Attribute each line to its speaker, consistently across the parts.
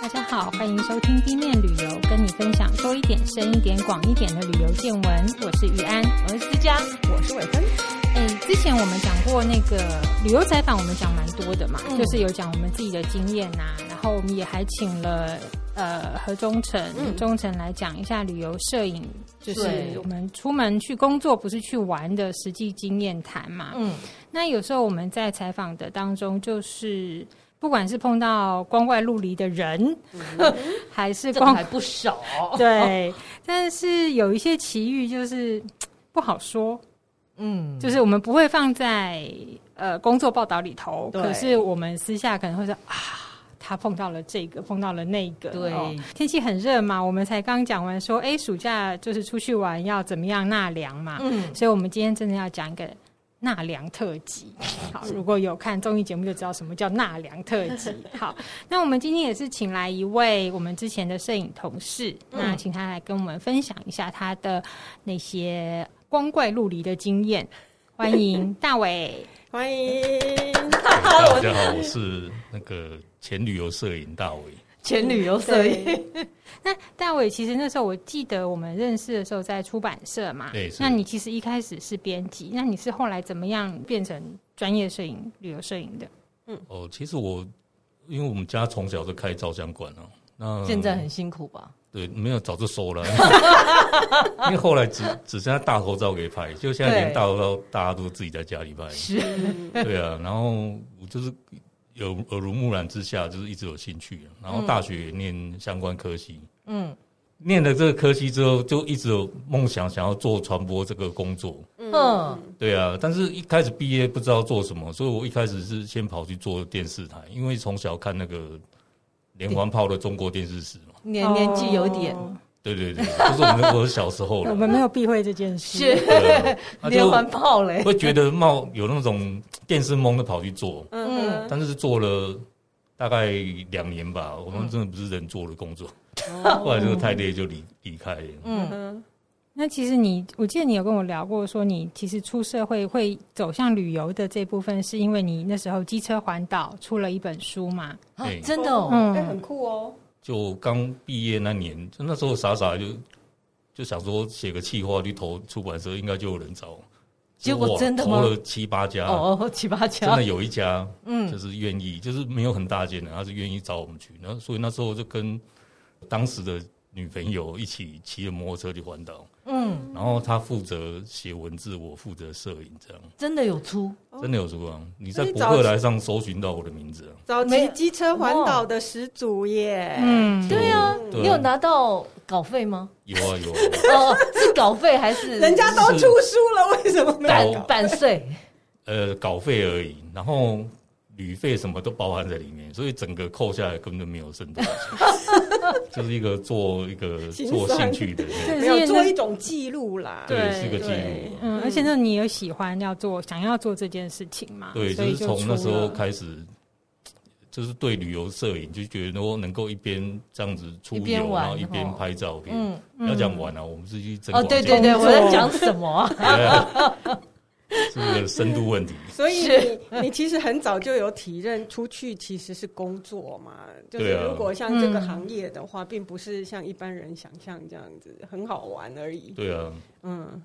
Speaker 1: 大家好，欢迎收听地面旅游，跟你分享多一点、深一点、广一点的旅游见闻。我是于安，
Speaker 2: 我是思佳，我是伟芬。
Speaker 1: 哎，之前我们讲过那个旅游采访，我们讲蛮多的嘛，
Speaker 2: 嗯
Speaker 1: 就是有讲我们自己的经验呐、然后我们也还请了呃何忠诚，
Speaker 2: 嗯
Speaker 1: 忠诚来讲一下旅游摄影，就是
Speaker 2: 对
Speaker 1: 我们出门去工作不是去玩的实际经验谈嘛。
Speaker 2: 嗯，
Speaker 1: 那有时候我们在采访的当中，就是不管是碰到光怪陆离的人， 还是
Speaker 2: 嗯这个
Speaker 1: 光
Speaker 2: 还不哦少。
Speaker 1: 对，但是有一些奇遇就是嘖不好说，
Speaker 2: 嗯，
Speaker 1: 就是我们不会放在呃工作报道里头，
Speaker 2: 对
Speaker 1: 可是我们私下可能会说啊。他碰到了这个，碰到了那个。
Speaker 2: 对
Speaker 1: 哦天气很热嘛，我们才刚讲完说，哎，暑假就是出去玩要怎么样纳凉嘛。
Speaker 2: 嗯，
Speaker 1: 所以我们今天真的要讲一个纳凉特辑。好，如果有看综艺节目就知道什么叫纳凉特 辑。好，那我们今天也是请来一位我们之前的摄影同事，
Speaker 2: 嗯
Speaker 1: 那请他来跟我们分享一下他的那些光怪陆离的经验。欢迎大伟，
Speaker 2: 欢迎
Speaker 3: 大家好，我是那个前旅游摄影大伟。
Speaker 2: 前旅游摄影。
Speaker 1: 那大伟其实那时候我记得我们认识的时候在出版社嘛
Speaker 3: 对，是
Speaker 1: 那你其实一开始是编辑，那你是后来怎么样变成专业摄影、旅游摄影的？
Speaker 3: 哦，其实我因为我们家从小就开照相馆啊，那
Speaker 2: 现在很辛苦吧？
Speaker 3: 对没有早就收了， 因为后来只只剩下大头照可以拍，就现在连
Speaker 2: 对
Speaker 3: 大头照大家都自己在家里拍。
Speaker 2: 是，
Speaker 3: 对啊，然后我就是有耳濡目染之下，就是一直有兴趣，啊然后大学也念相关科系。
Speaker 2: 嗯
Speaker 3: 念了这个科系之后，就一直有梦想想要做传播这个工作。
Speaker 2: 嗯，
Speaker 3: 对啊，但是一开始毕业不知道做什么，所以我一开始是先跑去做电视台，因为从小看那个连环炮的中国电视史嘛。
Speaker 2: 年年纪有点
Speaker 1: 哦
Speaker 3: 对对对， 就是我们我小时候
Speaker 1: 我
Speaker 3: 了。
Speaker 1: 们没有避讳这件事。
Speaker 2: 是
Speaker 3: 对啊啊
Speaker 2: 连
Speaker 3: 就
Speaker 2: 环炮嘞。
Speaker 3: 会觉得冒有那种电视梦的跑去做，
Speaker 2: 嗯
Speaker 3: 但是做了大概两年吧，我们真的不是人做的工作，后来真的太累就离离开了。
Speaker 2: 嗯，
Speaker 1: 那其实你，我记得你有跟我聊过，说你其实出社会会走向旅游的这部分，是因为你那时候机车环岛出了一本书嘛？
Speaker 2: 啊
Speaker 3: 对
Speaker 2: 真的哦。
Speaker 4: 哎、
Speaker 1: 嗯，
Speaker 4: 很酷哦。
Speaker 3: 就刚毕业那年，就那时候傻傻就就想说写个企划去投出版社，应该就有人找。
Speaker 2: 结果
Speaker 3: 哇
Speaker 2: 真的
Speaker 3: 投
Speaker 2: 吗
Speaker 3: 了七八家，
Speaker 2: 哦，七八
Speaker 3: 真
Speaker 2: 家
Speaker 3: 的，有一家
Speaker 2: 嗯
Speaker 3: 就是愿意，就是没有很大间的，他是愿意找我们去。然后所以那时候就跟当时的女朋友一起骑着摩托车去环岛，
Speaker 2: 嗯，
Speaker 3: 然后他负责写文字，我负责摄影，这样
Speaker 2: 真的有出，
Speaker 3: 真的有这光。你在
Speaker 4: 那你
Speaker 3: 博
Speaker 4: 找
Speaker 3: 客来上搜寻到我的名字啊，
Speaker 4: 早
Speaker 2: 没
Speaker 4: 期
Speaker 2: 有
Speaker 4: 机车环岛的始祖耶，
Speaker 1: 嗯，
Speaker 3: 对啊对啊
Speaker 2: 你有拿到稿费吗？
Speaker 3: 有啊有啊。
Speaker 2: 哦，是稿费还 是
Speaker 4: 人家都出书了，为什么没有
Speaker 2: 版
Speaker 4: 搞？
Speaker 2: 版税？
Speaker 3: 呃稿费而已，然后旅费什么都包含在里面，所以整个扣下来根本就没有剩多少钱， 就是一个做一个
Speaker 4: 心
Speaker 3: 做
Speaker 4: 酸
Speaker 3: 兴趣的人，
Speaker 1: 对
Speaker 4: 没有做一种记录啦。
Speaker 3: 对，
Speaker 1: 对
Speaker 3: 是个记
Speaker 4: 对
Speaker 3: 录。
Speaker 1: 嗯，而且那你有喜欢要做、想要做这件事情嘛？
Speaker 3: 对，
Speaker 1: 所
Speaker 3: 就
Speaker 1: 以
Speaker 3: 是
Speaker 1: 就
Speaker 3: 从那时
Speaker 1: 出
Speaker 3: 候
Speaker 1: 了
Speaker 3: 开始，就是对旅游摄影就觉得我能够一边这样子出
Speaker 2: 一边
Speaker 3: 游，
Speaker 2: 玩
Speaker 3: 然后一边
Speaker 2: 哦
Speaker 3: 拍照片。
Speaker 2: 嗯，
Speaker 3: 要讲玩啊，我们是去增
Speaker 2: 哦，
Speaker 3: 广
Speaker 2: 对
Speaker 3: 见
Speaker 2: 对
Speaker 3: 闻
Speaker 2: 对，我在讲什么啊？
Speaker 3: 对是个深度问题。
Speaker 4: 所以
Speaker 2: 是
Speaker 4: 你你其实很早就有体认，出去其实是工作嘛，就是
Speaker 3: 对啊
Speaker 4: 如果像这个行业的话，并不是像一般人想象这样子很好玩而已。
Speaker 3: 对啊，
Speaker 4: 嗯，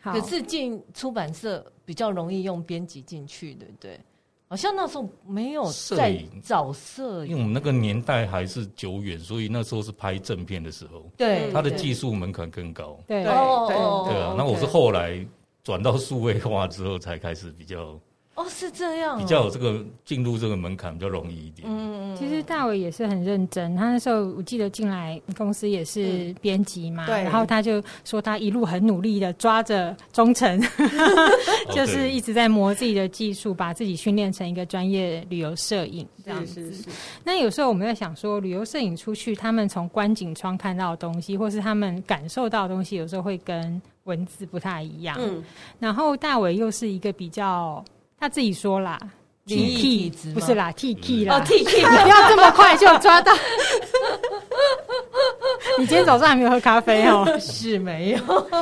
Speaker 1: 好
Speaker 2: 可是进出版社比较容易用编辑进去，对不对？好像那时候没有
Speaker 3: 摄
Speaker 2: 在
Speaker 3: 影
Speaker 2: 找摄
Speaker 3: 因为
Speaker 2: 影，
Speaker 3: 我们那个年代还是久远，所以那时候是拍正片的时候，
Speaker 2: 对
Speaker 3: 它的
Speaker 2: 嗯对
Speaker 3: 技术门槛更高。
Speaker 1: 对
Speaker 4: 对
Speaker 2: 哦
Speaker 4: 对
Speaker 2: 哦，
Speaker 3: 对啊，那我是后来转到数位化之后，才开始比较
Speaker 2: 哦是这样哦，
Speaker 3: 比较有这个进入这个门槛比较容易一点。
Speaker 2: 嗯
Speaker 1: 其实大伟也是很认真，他那时候我记得进来公司也是
Speaker 2: 嗯
Speaker 1: 编辑嘛，
Speaker 4: 对
Speaker 1: 然后他就说他一路很努力的抓着忠诚，
Speaker 2: 哦
Speaker 3: 哦
Speaker 1: 就是一直在磨自己的技术，把自己训练成一个专业旅游摄影这样
Speaker 4: 是
Speaker 1: 子。
Speaker 4: 是是，
Speaker 1: 那有时候我们在想说，旅游摄影出去，他们从观景窗看到的东西，或是他们感受到的东西，有时候会跟文字不太一样。
Speaker 4: 嗯，
Speaker 1: 然后大伟又是一个比较他自己说啦。
Speaker 2: 灵异
Speaker 1: TT
Speaker 2: 体质吗
Speaker 1: 不是啦，T T 啦，
Speaker 2: 哦 T T
Speaker 1: 你不要这么快就抓 到。 你今天早上还没有喝咖啡哦？
Speaker 2: 是没有，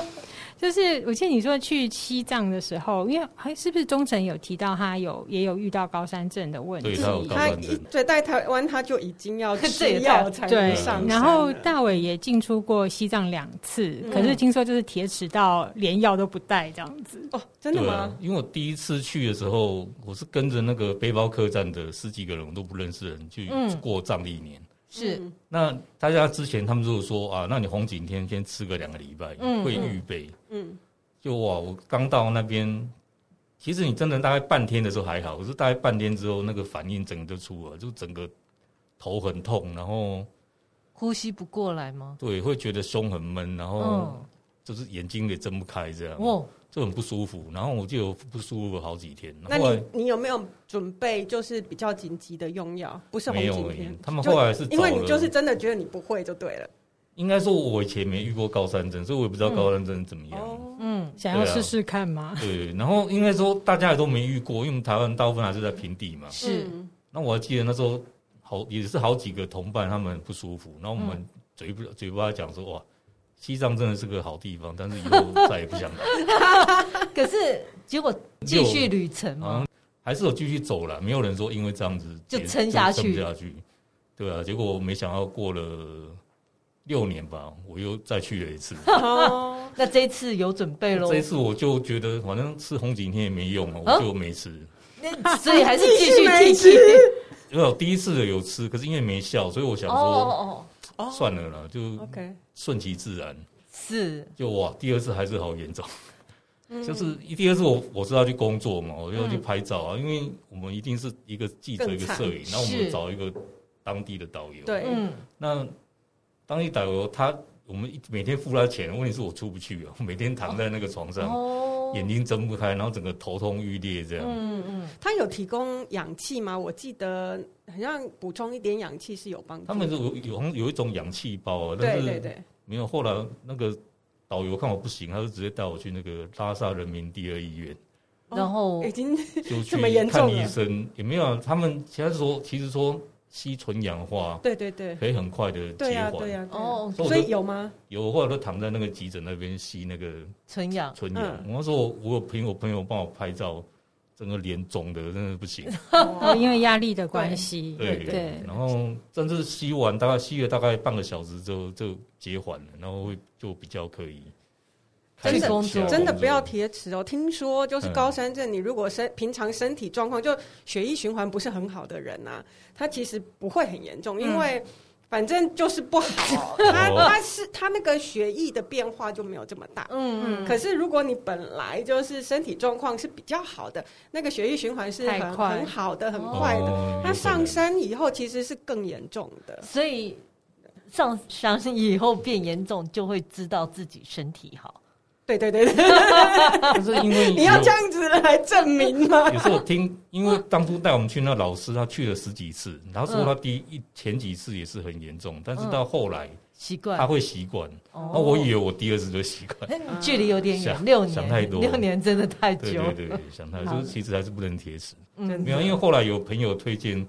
Speaker 1: 就是我记得你说去西藏的时候，因为还是不是忠诚有提到他有也有遇到高山症的问
Speaker 3: 对
Speaker 1: 题
Speaker 3: 他，有高
Speaker 4: 他
Speaker 3: 山
Speaker 4: 一
Speaker 3: 症，
Speaker 4: 对在台湾，他就已经 要
Speaker 2: 这也太
Speaker 4: 吃药才
Speaker 1: 对
Speaker 4: 能上山了。
Speaker 1: 然后大伟也进出过西藏两次，
Speaker 4: 嗯
Speaker 1: 可是听说就是铁齿到连药都不带这样子。
Speaker 4: 哦，真的
Speaker 3: 对
Speaker 4: 吗
Speaker 3: 啊？，因为我第一次去的时候，我是跟着那个背包客栈的十几个人，我都不认识的人去
Speaker 2: 嗯
Speaker 3: 过藏历年。
Speaker 2: 是
Speaker 4: 嗯
Speaker 3: 那大家之前他们就说啊，那你红景天先吃个两个礼拜，
Speaker 2: 嗯
Speaker 3: 会预备。
Speaker 4: 嗯，
Speaker 3: 就哇，我刚到那边，其实你真的大概半天的时候还好，可是大概半天之后，那个反应整个就出了，就整个头很痛，然后
Speaker 2: 呼吸不过来吗？
Speaker 3: 对会觉得胸很闷，然后
Speaker 2: 嗯，
Speaker 3: 就是眼睛也睁不开，哦这样、
Speaker 2: 哇，
Speaker 3: 就很不舒服。然后我就有不舒服好几天。
Speaker 4: 那
Speaker 3: 后
Speaker 4: 你
Speaker 3: 来
Speaker 4: 你有没有准备就是比较紧急的用药？不是红
Speaker 3: 没
Speaker 4: 景
Speaker 3: 有、
Speaker 4: 天，
Speaker 3: 他们
Speaker 4: 就
Speaker 3: 后来是
Speaker 4: 因为
Speaker 3: 找
Speaker 4: 你
Speaker 3: 了
Speaker 4: 就是真的觉得你不会就对了。
Speaker 3: 应该说，我以前没遇过高山症，所以我也不知道高山症怎么样。
Speaker 4: 哦，
Speaker 2: 嗯，
Speaker 1: 想要试试看吗？
Speaker 3: 对，然后应该说大家也都没遇过，因为我们台湾大部分还是在平地嘛。
Speaker 2: 是
Speaker 4: 嗯
Speaker 3: 那我还记得那时候好也是好几个同伴他们不舒服，然后我们嘴不嘴巴讲说哇，西藏真的是个好地方，但是以后再也不想来，
Speaker 2: 啊可是结果继续旅程
Speaker 3: 好像
Speaker 2: 嘛，
Speaker 3: 还是有继续走了，没有人说因为这样子
Speaker 2: 嗯就
Speaker 3: 结
Speaker 2: 撑下去
Speaker 3: 撑下去，对啊，结果没想到过了六年吧，我又再去了一 次。
Speaker 4: 哦，
Speaker 2: 那这一次有准备喽
Speaker 3: 这，一次我就觉得反正吃红景天也没用嘛，啊
Speaker 2: 嗯
Speaker 3: 我就没吃。
Speaker 2: 那 所以还是继续
Speaker 4: 继续没
Speaker 2: 继续。
Speaker 3: 因为我第一次有吃，可是因为没效，所以我想
Speaker 2: 哦
Speaker 3: 说
Speaker 2: 哦，哦
Speaker 4: 哦
Speaker 3: 算了啦，就
Speaker 4: OK，
Speaker 3: 顺其自然。
Speaker 2: 是，
Speaker 3: 就哇，第二次还是好严重。
Speaker 4: 嗯
Speaker 3: 就是第二次我我是要去工作嘛，我
Speaker 2: 嗯
Speaker 3: 要去拍照啊，因为我们一定是一个记者
Speaker 4: 更
Speaker 3: 一个
Speaker 4: 长
Speaker 3: 摄影，然后我
Speaker 2: 是
Speaker 3: 们找一个当地的导游。，
Speaker 4: 对，
Speaker 2: 嗯，
Speaker 3: 那当地导游他我们一每天付他钱，问题是我出不去啊，我每天躺在那个床上，
Speaker 2: 哦，
Speaker 3: 眼睛睁不开，然后整个头痛欲裂这样。
Speaker 2: 嗯嗯，
Speaker 4: 他有提供氧气吗？我记得好像补充一点氧气是有帮助。
Speaker 3: 他们是有有有一种氧气包啊，但
Speaker 4: 对对
Speaker 3: 是
Speaker 4: 对，
Speaker 3: 没有。后来那个导游看我不行，他就直接带我去那个拉萨人民第二医院。
Speaker 4: 哦
Speaker 2: 然后
Speaker 4: 已经
Speaker 3: 就去
Speaker 4: 这么严重
Speaker 3: 看
Speaker 4: 了
Speaker 3: 医生，也没有啊他们其他说，其实说吸纯氧化
Speaker 4: 对对对
Speaker 3: 可以很快的
Speaker 4: 对
Speaker 3: 减
Speaker 4: 呀
Speaker 3: 缓。
Speaker 4: 对呀哦，
Speaker 2: 哦，
Speaker 3: 所以我
Speaker 4: 所
Speaker 3: 就
Speaker 4: 以有吗？
Speaker 3: 有后来都躺在那个急诊那边吸那个
Speaker 2: 纯氧，
Speaker 4: 嗯
Speaker 3: 纯氧。我那时候我有朋友朋友帮我拍照，整个脸肿的真的不 行。
Speaker 1: 哦因为压力的关系，
Speaker 3: 啊对
Speaker 4: 对
Speaker 1: 对
Speaker 3: 然后但是吸完大概吸了大概半个小时之后就解缓了，然后会就比较可以开始
Speaker 2: 真的工
Speaker 3: 起来
Speaker 2: 作
Speaker 4: 真的
Speaker 3: 工
Speaker 4: 不要铁齿哦！听说就是
Speaker 3: 嗯
Speaker 4: 高山症，你如果身平常身体状况就血液循环不是很好的人啊，他其实不会很严重，因为反正就是不好，他
Speaker 3: 嗯 哦
Speaker 4: 他是他那个血液的变化就没有这么大。
Speaker 2: 嗯嗯，
Speaker 4: 可是如果你本来就是身体状况是比较好的，那个血液循环是
Speaker 1: 太
Speaker 4: 很
Speaker 1: 快
Speaker 4: 很好的、很
Speaker 2: 哦
Speaker 4: 快的，
Speaker 3: 哦
Speaker 4: 他上山以后其实是更严重的。
Speaker 2: 所以上 山以后变严重，就会知道自己身体好。
Speaker 4: 对对对
Speaker 3: 哦
Speaker 4: 对，
Speaker 3: 但是因为
Speaker 4: 你要
Speaker 3: 有
Speaker 4: 这样子来证明吗？
Speaker 3: 有时候我听，因为当初带我们去那老师，他去了十几次，然后说他第一前几次也是很严重，但是到后来
Speaker 2: 习
Speaker 3: 他
Speaker 2: 惯，
Speaker 3: 会习惯。
Speaker 2: 哦
Speaker 3: 啊那我以为我第二次就习惯，
Speaker 2: 嗯距离有点远，
Speaker 3: 想
Speaker 2: 六年，
Speaker 3: 想太多
Speaker 2: 六年真的太
Speaker 3: 对
Speaker 2: 久。
Speaker 3: 对对，对想太
Speaker 1: 好
Speaker 3: 多，就是其实还是不能铁齿。
Speaker 2: 嗯
Speaker 3: 没有，因为后来有朋友推荐，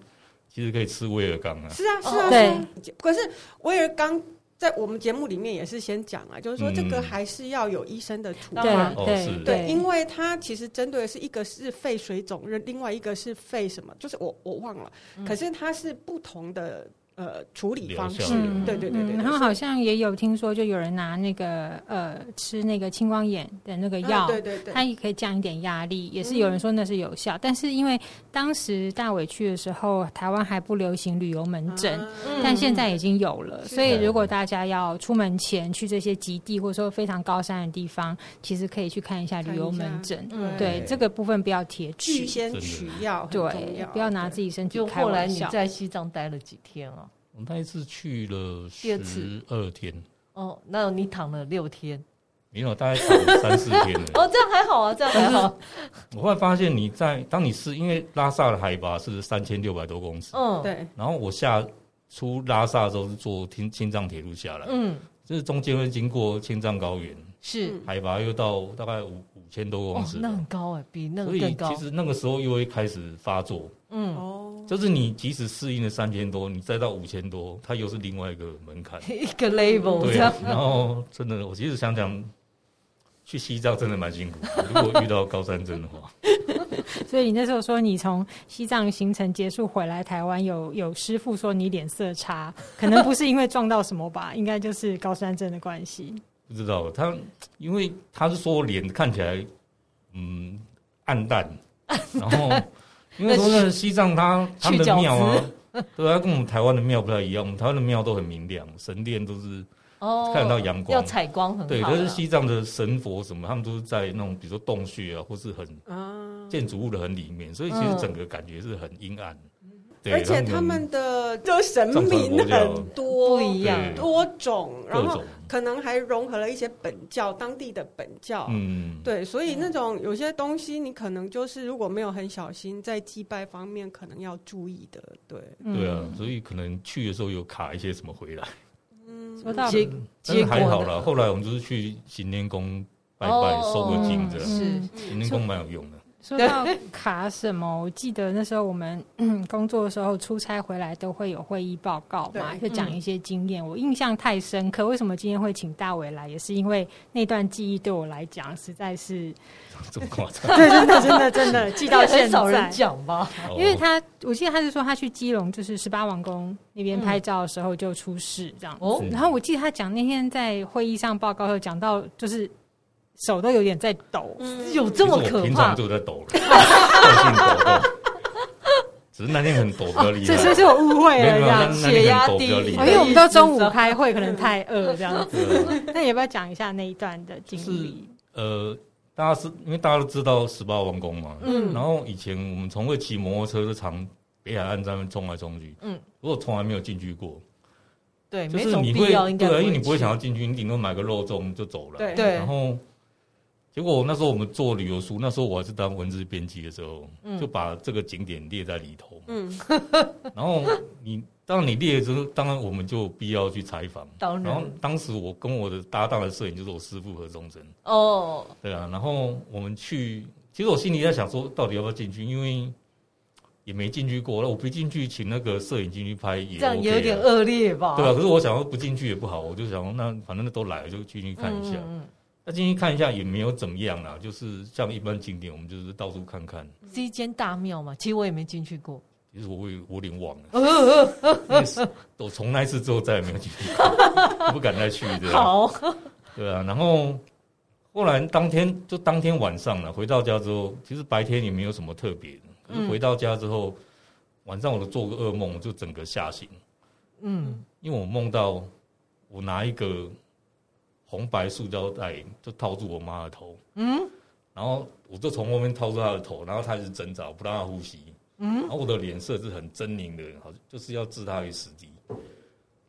Speaker 3: 其实可以吃威尔刚啊。
Speaker 4: 是啊，是
Speaker 2: 哦
Speaker 4: 啊，
Speaker 1: 对
Speaker 4: 是啊。可是威尔刚在我们节目里面也是先讲啊，就是说这个
Speaker 3: 嗯
Speaker 4: 还是要有医生的处
Speaker 2: 当
Speaker 4: 方。
Speaker 2: 然
Speaker 3: 哦
Speaker 1: 对
Speaker 3: 是
Speaker 4: 对，因为它其实针对的是一个是肺水肿，另外一个是肺什么，就是我我忘了。
Speaker 1: 嗯
Speaker 4: 可是它是不同的呃处理方式
Speaker 3: 疗效，嗯
Speaker 4: 对对对对。
Speaker 1: 然后好像也有听说，就有人拿那个呃吃那个青光眼的那个
Speaker 4: 嗯
Speaker 1: 药，
Speaker 4: 对对对，
Speaker 1: 它也可以降一点压力，也是有人说那是有效。但是因为当时大伟去的时候，台湾还不流行旅游门诊。
Speaker 2: 嗯
Speaker 4: 啊
Speaker 1: 但现在已经有了，
Speaker 4: 是
Speaker 1: 所以如果大家要出门前去这些极地或者说非常高山的地方，其实可以去看一下旅游门诊。
Speaker 2: 嗯
Speaker 1: 对这个部分不要贴
Speaker 4: 预
Speaker 1: 齿，
Speaker 4: 先取药很重
Speaker 1: 对，不要拿自
Speaker 4: 己。
Speaker 1: 己身体
Speaker 2: 就
Speaker 1: 开
Speaker 2: 后来
Speaker 1: 玩
Speaker 2: 你
Speaker 1: 笑。
Speaker 2: 在西藏待了几天啊？
Speaker 3: 我那一次去了
Speaker 2: 第二
Speaker 3: 十
Speaker 2: 次
Speaker 3: 二天，
Speaker 2: 哦，那你躺了六天。
Speaker 3: 没有，大概躺了三四天了。
Speaker 2: 哦，这样还好啊，这样还好。
Speaker 3: 我后来发现，你在当你是因为拉萨的海拔是三千六百多公尺，
Speaker 2: 嗯，，
Speaker 4: 对，
Speaker 3: 然后我下出拉萨的时候是坐青青藏铁路下来，
Speaker 2: 嗯，
Speaker 3: 就是中间会经过青藏高原，
Speaker 2: 是。
Speaker 3: 海拔又到大概五五千多
Speaker 2: 哦
Speaker 3: 公，尺
Speaker 2: 那
Speaker 3: 了，
Speaker 2: 很高哎，比那个
Speaker 3: 所
Speaker 2: 更
Speaker 3: 以
Speaker 2: 高
Speaker 3: 其。实那个时候又会开始发作，
Speaker 2: 嗯，。
Speaker 4: 哦，
Speaker 3: 就是你即使适应了三千多，你再到五千多，它又是另外一个门槛
Speaker 2: 一个 level 这
Speaker 3: 对、啊
Speaker 2: 样
Speaker 3: 啊，然后真的，我其实想想，去西藏真的蛮辛苦的，如果遇到高山症的话，
Speaker 1: 所以你那时候说你从西藏行程结束回来台湾，有有师傅说你脸色差，可能不是因为撞到什么吧， 应该就是高山症的关系。
Speaker 3: 不知道他，因为他是说我脸看起来嗯暗淡，然后因为说那西藏他他们的庙啊，对啊，跟我们台湾的庙不太一样，我们台湾的庙都很明亮，神殿都是
Speaker 2: 哦，
Speaker 3: 看得到阳光
Speaker 2: 要采光很好啦。啊
Speaker 3: 对，但是西藏的神佛什么，他们都是在那种比如说洞穴啊，或是很
Speaker 4: 啊。
Speaker 3: 建筑物的很里面，所以其实
Speaker 2: 嗯
Speaker 3: 整个感觉是很阴暗。对，
Speaker 4: 而且他们的就神明很多
Speaker 2: 不一样，
Speaker 3: 对
Speaker 4: 多种，
Speaker 3: 各
Speaker 4: 然后
Speaker 3: 种，
Speaker 4: 可能还融合了一些本教当地的本教。
Speaker 3: 嗯，
Speaker 4: 对，所以那种有些东西，你可能就是如果没有很小心，在祭拜方面可能要注意的。对，
Speaker 3: 对啊，
Speaker 1: 嗯
Speaker 3: 所以可能去的时候有卡一些什么回来，
Speaker 4: 嗯，
Speaker 1: 说到
Speaker 2: 结
Speaker 3: 但是
Speaker 2: 结果
Speaker 3: 还好
Speaker 2: 呢
Speaker 3: 啦。后来我们就是去行天宫拜拜，
Speaker 2: 哦
Speaker 3: 收个金这样，
Speaker 2: 是
Speaker 1: 嗯
Speaker 3: 行天宫蛮有用的。
Speaker 1: 说到 卡什么，我记得那时候我们 嗯工作的时候出差回来都会有会议报告嘛，
Speaker 4: 对
Speaker 1: 就讲一些经验。我印象太深刻，为什么今天会请大伟来，也是因为那段记忆对我来讲实在是，
Speaker 3: 这么夸张？
Speaker 1: 对，真的真的真 的记到现
Speaker 2: 很少人
Speaker 1: 在。
Speaker 2: 讲吧？
Speaker 3: 哦
Speaker 1: 因为他，我记得他是说他去基隆，就是十八王宫那边拍照的时候就出事这样。
Speaker 2: 哦
Speaker 3: 是，
Speaker 1: 然后我记得他讲那天在会议上报告的时候讲到，就是手都有点在抖。
Speaker 4: 嗯
Speaker 2: 有这么
Speaker 3: 其哦实我
Speaker 2: 可
Speaker 3: 平
Speaker 2: 怕
Speaker 3: 常？就在抖了， 惯性抖动， 只是那天很抖比较厉
Speaker 1: 这
Speaker 3: 害。
Speaker 1: 哦所以是我误会
Speaker 3: 没有
Speaker 1: 了
Speaker 3: 没
Speaker 1: 这样
Speaker 3: 有，那。那天
Speaker 2: 血压
Speaker 3: 很抖比较
Speaker 2: 低
Speaker 3: 厉
Speaker 1: 哦
Speaker 3: 害
Speaker 1: 因为我们
Speaker 2: 的意
Speaker 1: 到
Speaker 2: 思
Speaker 1: 中午
Speaker 2: 是吧
Speaker 1: 开会，可能太饿这样子。
Speaker 3: 对啊
Speaker 1: 那你要不要讲一下那一段的经历？
Speaker 3: 呃，大家是因为大家都知道十八王宫嘛，
Speaker 2: 嗯
Speaker 3: 然后以前我们从会骑摩托车，就常北海岸上面冲来冲去，
Speaker 2: 嗯
Speaker 3: 嗯，我从来没有进去过，
Speaker 2: 对，
Speaker 3: 就
Speaker 2: 没
Speaker 3: 是
Speaker 2: 种
Speaker 3: 你
Speaker 2: 必
Speaker 3: 会
Speaker 2: 要，应该
Speaker 3: 对啊，因为
Speaker 2: 去
Speaker 3: 你不会想要进去，你顶多买个肉粽就走了，
Speaker 4: 对
Speaker 2: 对
Speaker 3: 然后。结果那时候我们做旅游书，那时候我还是当文字编辑的时候，
Speaker 2: 嗯
Speaker 3: 就把这个景点列在里头嘛。
Speaker 4: 嗯，
Speaker 3: 然后你当你列了之后，当然我们就有必要去采访。
Speaker 2: 当
Speaker 3: 然后
Speaker 2: 然
Speaker 3: 当时我跟我的搭档的摄影就是我师傅何宗珍，
Speaker 2: 哦，
Speaker 3: 对啊，然后我们去，其实我心里在想说，到底要不要进去，因为也没进去过，那我不进去，请那个摄影进去拍也、OK
Speaker 2: 这样也有点
Speaker 3: 啊
Speaker 2: 恶劣吧？
Speaker 3: 对啊，可是我想说不进去也不好，我就想说那反正都来了就进去看一下。
Speaker 2: 嗯
Speaker 3: 那进去看一下也没有怎么样啦，就是像一般景点，我们就是到处看看。
Speaker 2: 嗯是一间大庙嘛，其实我也没进去过。
Speaker 3: 其实我也我有点忘了，
Speaker 2: 呃 呃呃
Speaker 3: 因为是我从那一次之后再也没有进去 过，我不敢再去对啊。
Speaker 2: 好，
Speaker 3: 对啊，然后后来当天就当天晚上了，回到家之后，其实白天也没有什么特别的，可是回到家之后，晚上我都做个噩梦，我就整个吓醒，
Speaker 2: 嗯，
Speaker 3: 因为我梦到我拿一个红白塑胶袋就套住我妈的头，嗯，然后我就从后面套住她的头，然后她一直挣扎，我不让她呼吸，嗯，然后我的脸色是很狰狞的，好像就是要置她于死地。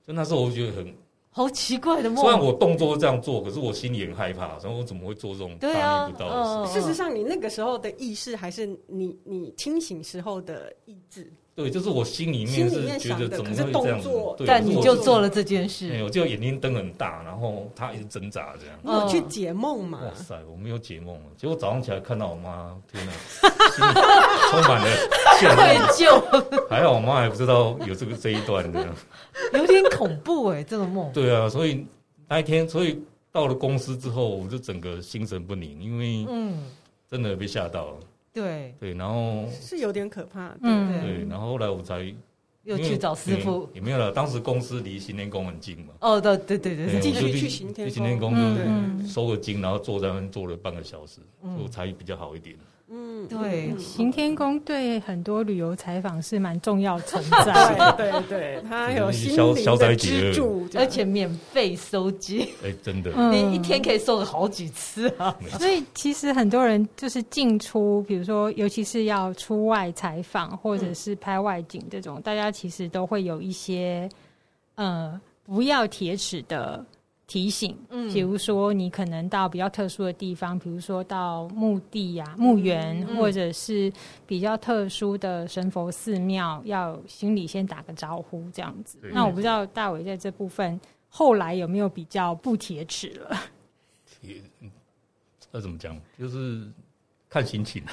Speaker 3: 就那时候我就觉得很
Speaker 2: 好奇怪的
Speaker 3: 虽然
Speaker 2: 梦。
Speaker 3: 我动作是这样做，可是我心里很害怕，然后我怎么会做这种大
Speaker 2: 对啊
Speaker 3: 逆不道的事？
Speaker 2: 嗯
Speaker 4: 事实上，你那个时候的意识还是你你清醒时候的意志。
Speaker 3: 对，就是我心里
Speaker 4: 心
Speaker 3: 面
Speaker 4: 里
Speaker 3: 是
Speaker 4: 面
Speaker 3: 觉
Speaker 4: 想
Speaker 3: 得
Speaker 4: 的
Speaker 3: 怎么
Speaker 4: 可是
Speaker 3: 会
Speaker 4: 动
Speaker 3: 这样子
Speaker 4: 作？
Speaker 3: 对
Speaker 2: 但
Speaker 3: 可是
Speaker 2: 你
Speaker 3: 我
Speaker 2: 就做了这件
Speaker 3: 哎
Speaker 2: 事，
Speaker 3: 我就眼睛瞪很大，然后他一直挣扎这样。
Speaker 4: 你有
Speaker 2: 嗯
Speaker 4: 去解梦吗？
Speaker 3: 哇塞，我没有解梦了。结果早上起来看到我妈，天哪，心里充满了羡
Speaker 2: 愧
Speaker 3: 慕。
Speaker 2: 疚，
Speaker 3: 还好我妈还不知道有这个这一段这样。
Speaker 2: 有点恐怖哎，这个梦。
Speaker 3: 对啊，所以那一天，所以到了公司之后，我就整个心神不宁，因为
Speaker 2: 嗯，
Speaker 3: 真的被吓到了。
Speaker 2: 对，
Speaker 3: 对，然后
Speaker 4: 是有点可怕。对
Speaker 1: 嗯
Speaker 4: 对
Speaker 3: 对，然后后来我才
Speaker 2: 又去找师傅
Speaker 3: 嗯。也没有了。当时公司离行天宫很近嘛，
Speaker 2: 哦，对对对对，
Speaker 3: 对
Speaker 4: 继续
Speaker 3: 我就
Speaker 4: 去行天宫
Speaker 3: 去行天宫
Speaker 1: 嗯
Speaker 3: 就
Speaker 1: 嗯
Speaker 3: 是收个经，然后坐在那边坐了半个小时，
Speaker 2: 嗯
Speaker 3: 我才比较好一点。
Speaker 4: 嗯，
Speaker 2: 对
Speaker 4: 嗯
Speaker 1: 行天宫对很多旅游采访是蛮重要存 在。
Speaker 4: 对对对，他有心灵
Speaker 3: 消消
Speaker 4: 的
Speaker 3: 灾解
Speaker 4: 支
Speaker 3: 厄
Speaker 4: 柱，这
Speaker 2: 而
Speaker 4: 样
Speaker 2: 且免费收集，
Speaker 3: 哎，真的，
Speaker 1: 嗯
Speaker 2: 你一天可以收个好几次啊！
Speaker 3: 没
Speaker 1: 所以其实很多人就是进出，比如说，尤其是要出外采访或者是拍外景这种，大家其实都会有一些呃不要铁齿的提醒。
Speaker 2: 嗯
Speaker 1: 比如说你可能到比较特殊的地方，比如说到墓地呀、墓园，
Speaker 2: 嗯
Speaker 1: 或者是比较特殊的神佛寺庙，要心里先打个招呼这样子
Speaker 3: 对。
Speaker 1: 那我不知道大伟在这部分后来有没有比较不铁齿了？
Speaker 3: 也那怎么讲？就是看心情 啊。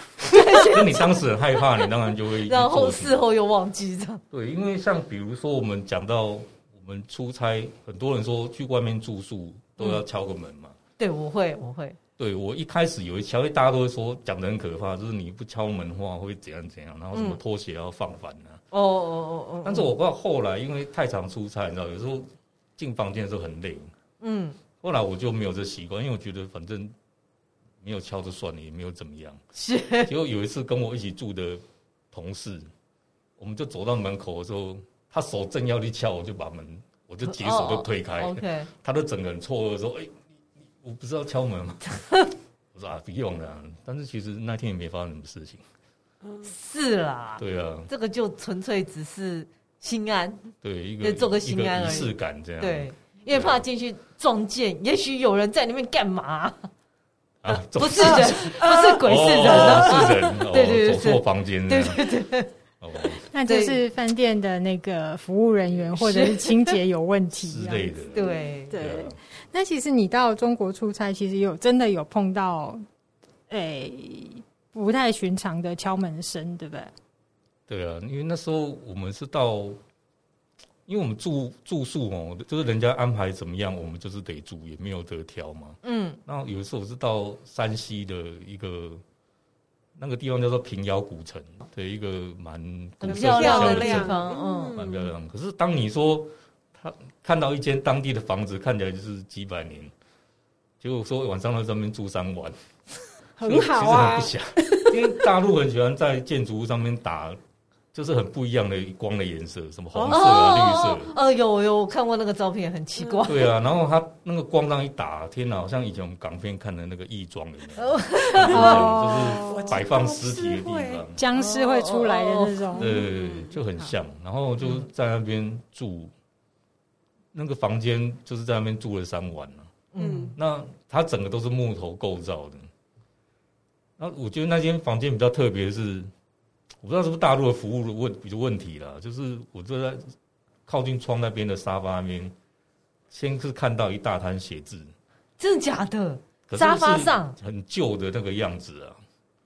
Speaker 3: 就你当时很害怕，你当然就会
Speaker 2: 然后
Speaker 3: 做什么
Speaker 2: 事后又忘记这样，
Speaker 3: 对，因为像比如说我们讲到我们
Speaker 2: 嗯
Speaker 3: 出差，很多人说去外面住宿都要敲个门嘛。
Speaker 2: 对我会我会，
Speaker 3: 对我一开始有一敲，因为大家都会说讲的很可怕，就是你不敲门的话会怎样怎样，然后什么拖鞋要放反啊。
Speaker 2: 哦哦哦哦，
Speaker 3: 但是我到后来因为太常出差，你知道，有时候进房间的时候很累，
Speaker 2: 嗯
Speaker 3: 后来我就没有这习惯，因为我觉得反正没有敲就算了，也没有怎么样。
Speaker 2: 是，
Speaker 3: 结果有一次跟我一起住的同事，我们就走到门口的时候，他手正要去敲，我就把门，我就铁手就推开，
Speaker 2: OK，
Speaker 3: 他都整个人错愕说：“哎、你我不是要敲 门吗？”我说：“啊，不用了。”但是其实那天也没发生什么事情。
Speaker 2: 是啦，
Speaker 3: 对啊，
Speaker 2: 这个就纯粹只是心安，
Speaker 3: 对一
Speaker 2: 对
Speaker 3: 个
Speaker 2: 做个
Speaker 3: 一
Speaker 2: 心安
Speaker 3: 个
Speaker 2: 而
Speaker 3: 仪
Speaker 2: 已
Speaker 3: 式感这样。
Speaker 2: 对，因为怕进去撞见，也许有人在里面干嘛？
Speaker 3: 啊，走
Speaker 2: 不是人，
Speaker 1: 呃
Speaker 2: 不是鬼，是人啊！
Speaker 3: 哦是人，哦
Speaker 2: 对对对
Speaker 3: 走错房间这
Speaker 2: 对
Speaker 3: 样。
Speaker 2: 对对，
Speaker 3: 哦
Speaker 1: 那就是饭店的那个服务人员或者是清洁有问题
Speaker 3: 之
Speaker 1: 这样
Speaker 3: 类的。
Speaker 2: 对
Speaker 1: 对
Speaker 3: 啊
Speaker 1: 那其实你到中国出差，其实有真的有碰到，诶、不太寻常的敲门声，对不对？
Speaker 3: 对啊，因为那时候我们是到，因为我们住住宿哦，就是人家安排怎么样，我们就是得住，也没有得挑嘛。
Speaker 2: 嗯，
Speaker 3: 那有一次我是到山西的一个那个地方叫做平遥古城的一个蛮古
Speaker 2: 很
Speaker 3: 色
Speaker 2: 漂亮
Speaker 3: 古香
Speaker 2: 的
Speaker 3: 的
Speaker 2: 地
Speaker 3: 地方，
Speaker 2: 方，嗯，
Speaker 3: 蛮漂亮的。可是当你说他看到一间当地的房子，看起来就是几百年，结果说晚上在上面住三晚，
Speaker 4: 很好啊
Speaker 3: 其，实很不想，因为大陆很喜欢在建筑物上面打，就是很不一样的光的颜色，什么红色啊、绿色。
Speaker 2: 呃，有有，我看过那个照片，很奇怪，
Speaker 3: 对啊，然后它那个光浪一打，天哪，好像以前我们港片看的那个异装有没有？
Speaker 1: 哦
Speaker 3: 就是摆放尸体的地方，
Speaker 1: 僵尸会出来的
Speaker 2: 哦
Speaker 1: 那
Speaker 3: 哦
Speaker 1: 种，
Speaker 3: 对，就很像。然后就在那边住，那个房间就是在那边住了三晚了、
Speaker 2: 嗯，
Speaker 3: 那它整个都是木头构造的。那我觉得那间房间比较特别的是，我不知道是不是大陆的服务的问有问题啦，就是我坐在靠近窗那边的沙发那边，先是看到一大摊写字，
Speaker 2: 真的假的？
Speaker 3: 可是
Speaker 2: 沙发
Speaker 3: 是
Speaker 2: 上
Speaker 3: 很旧的那个样子啊。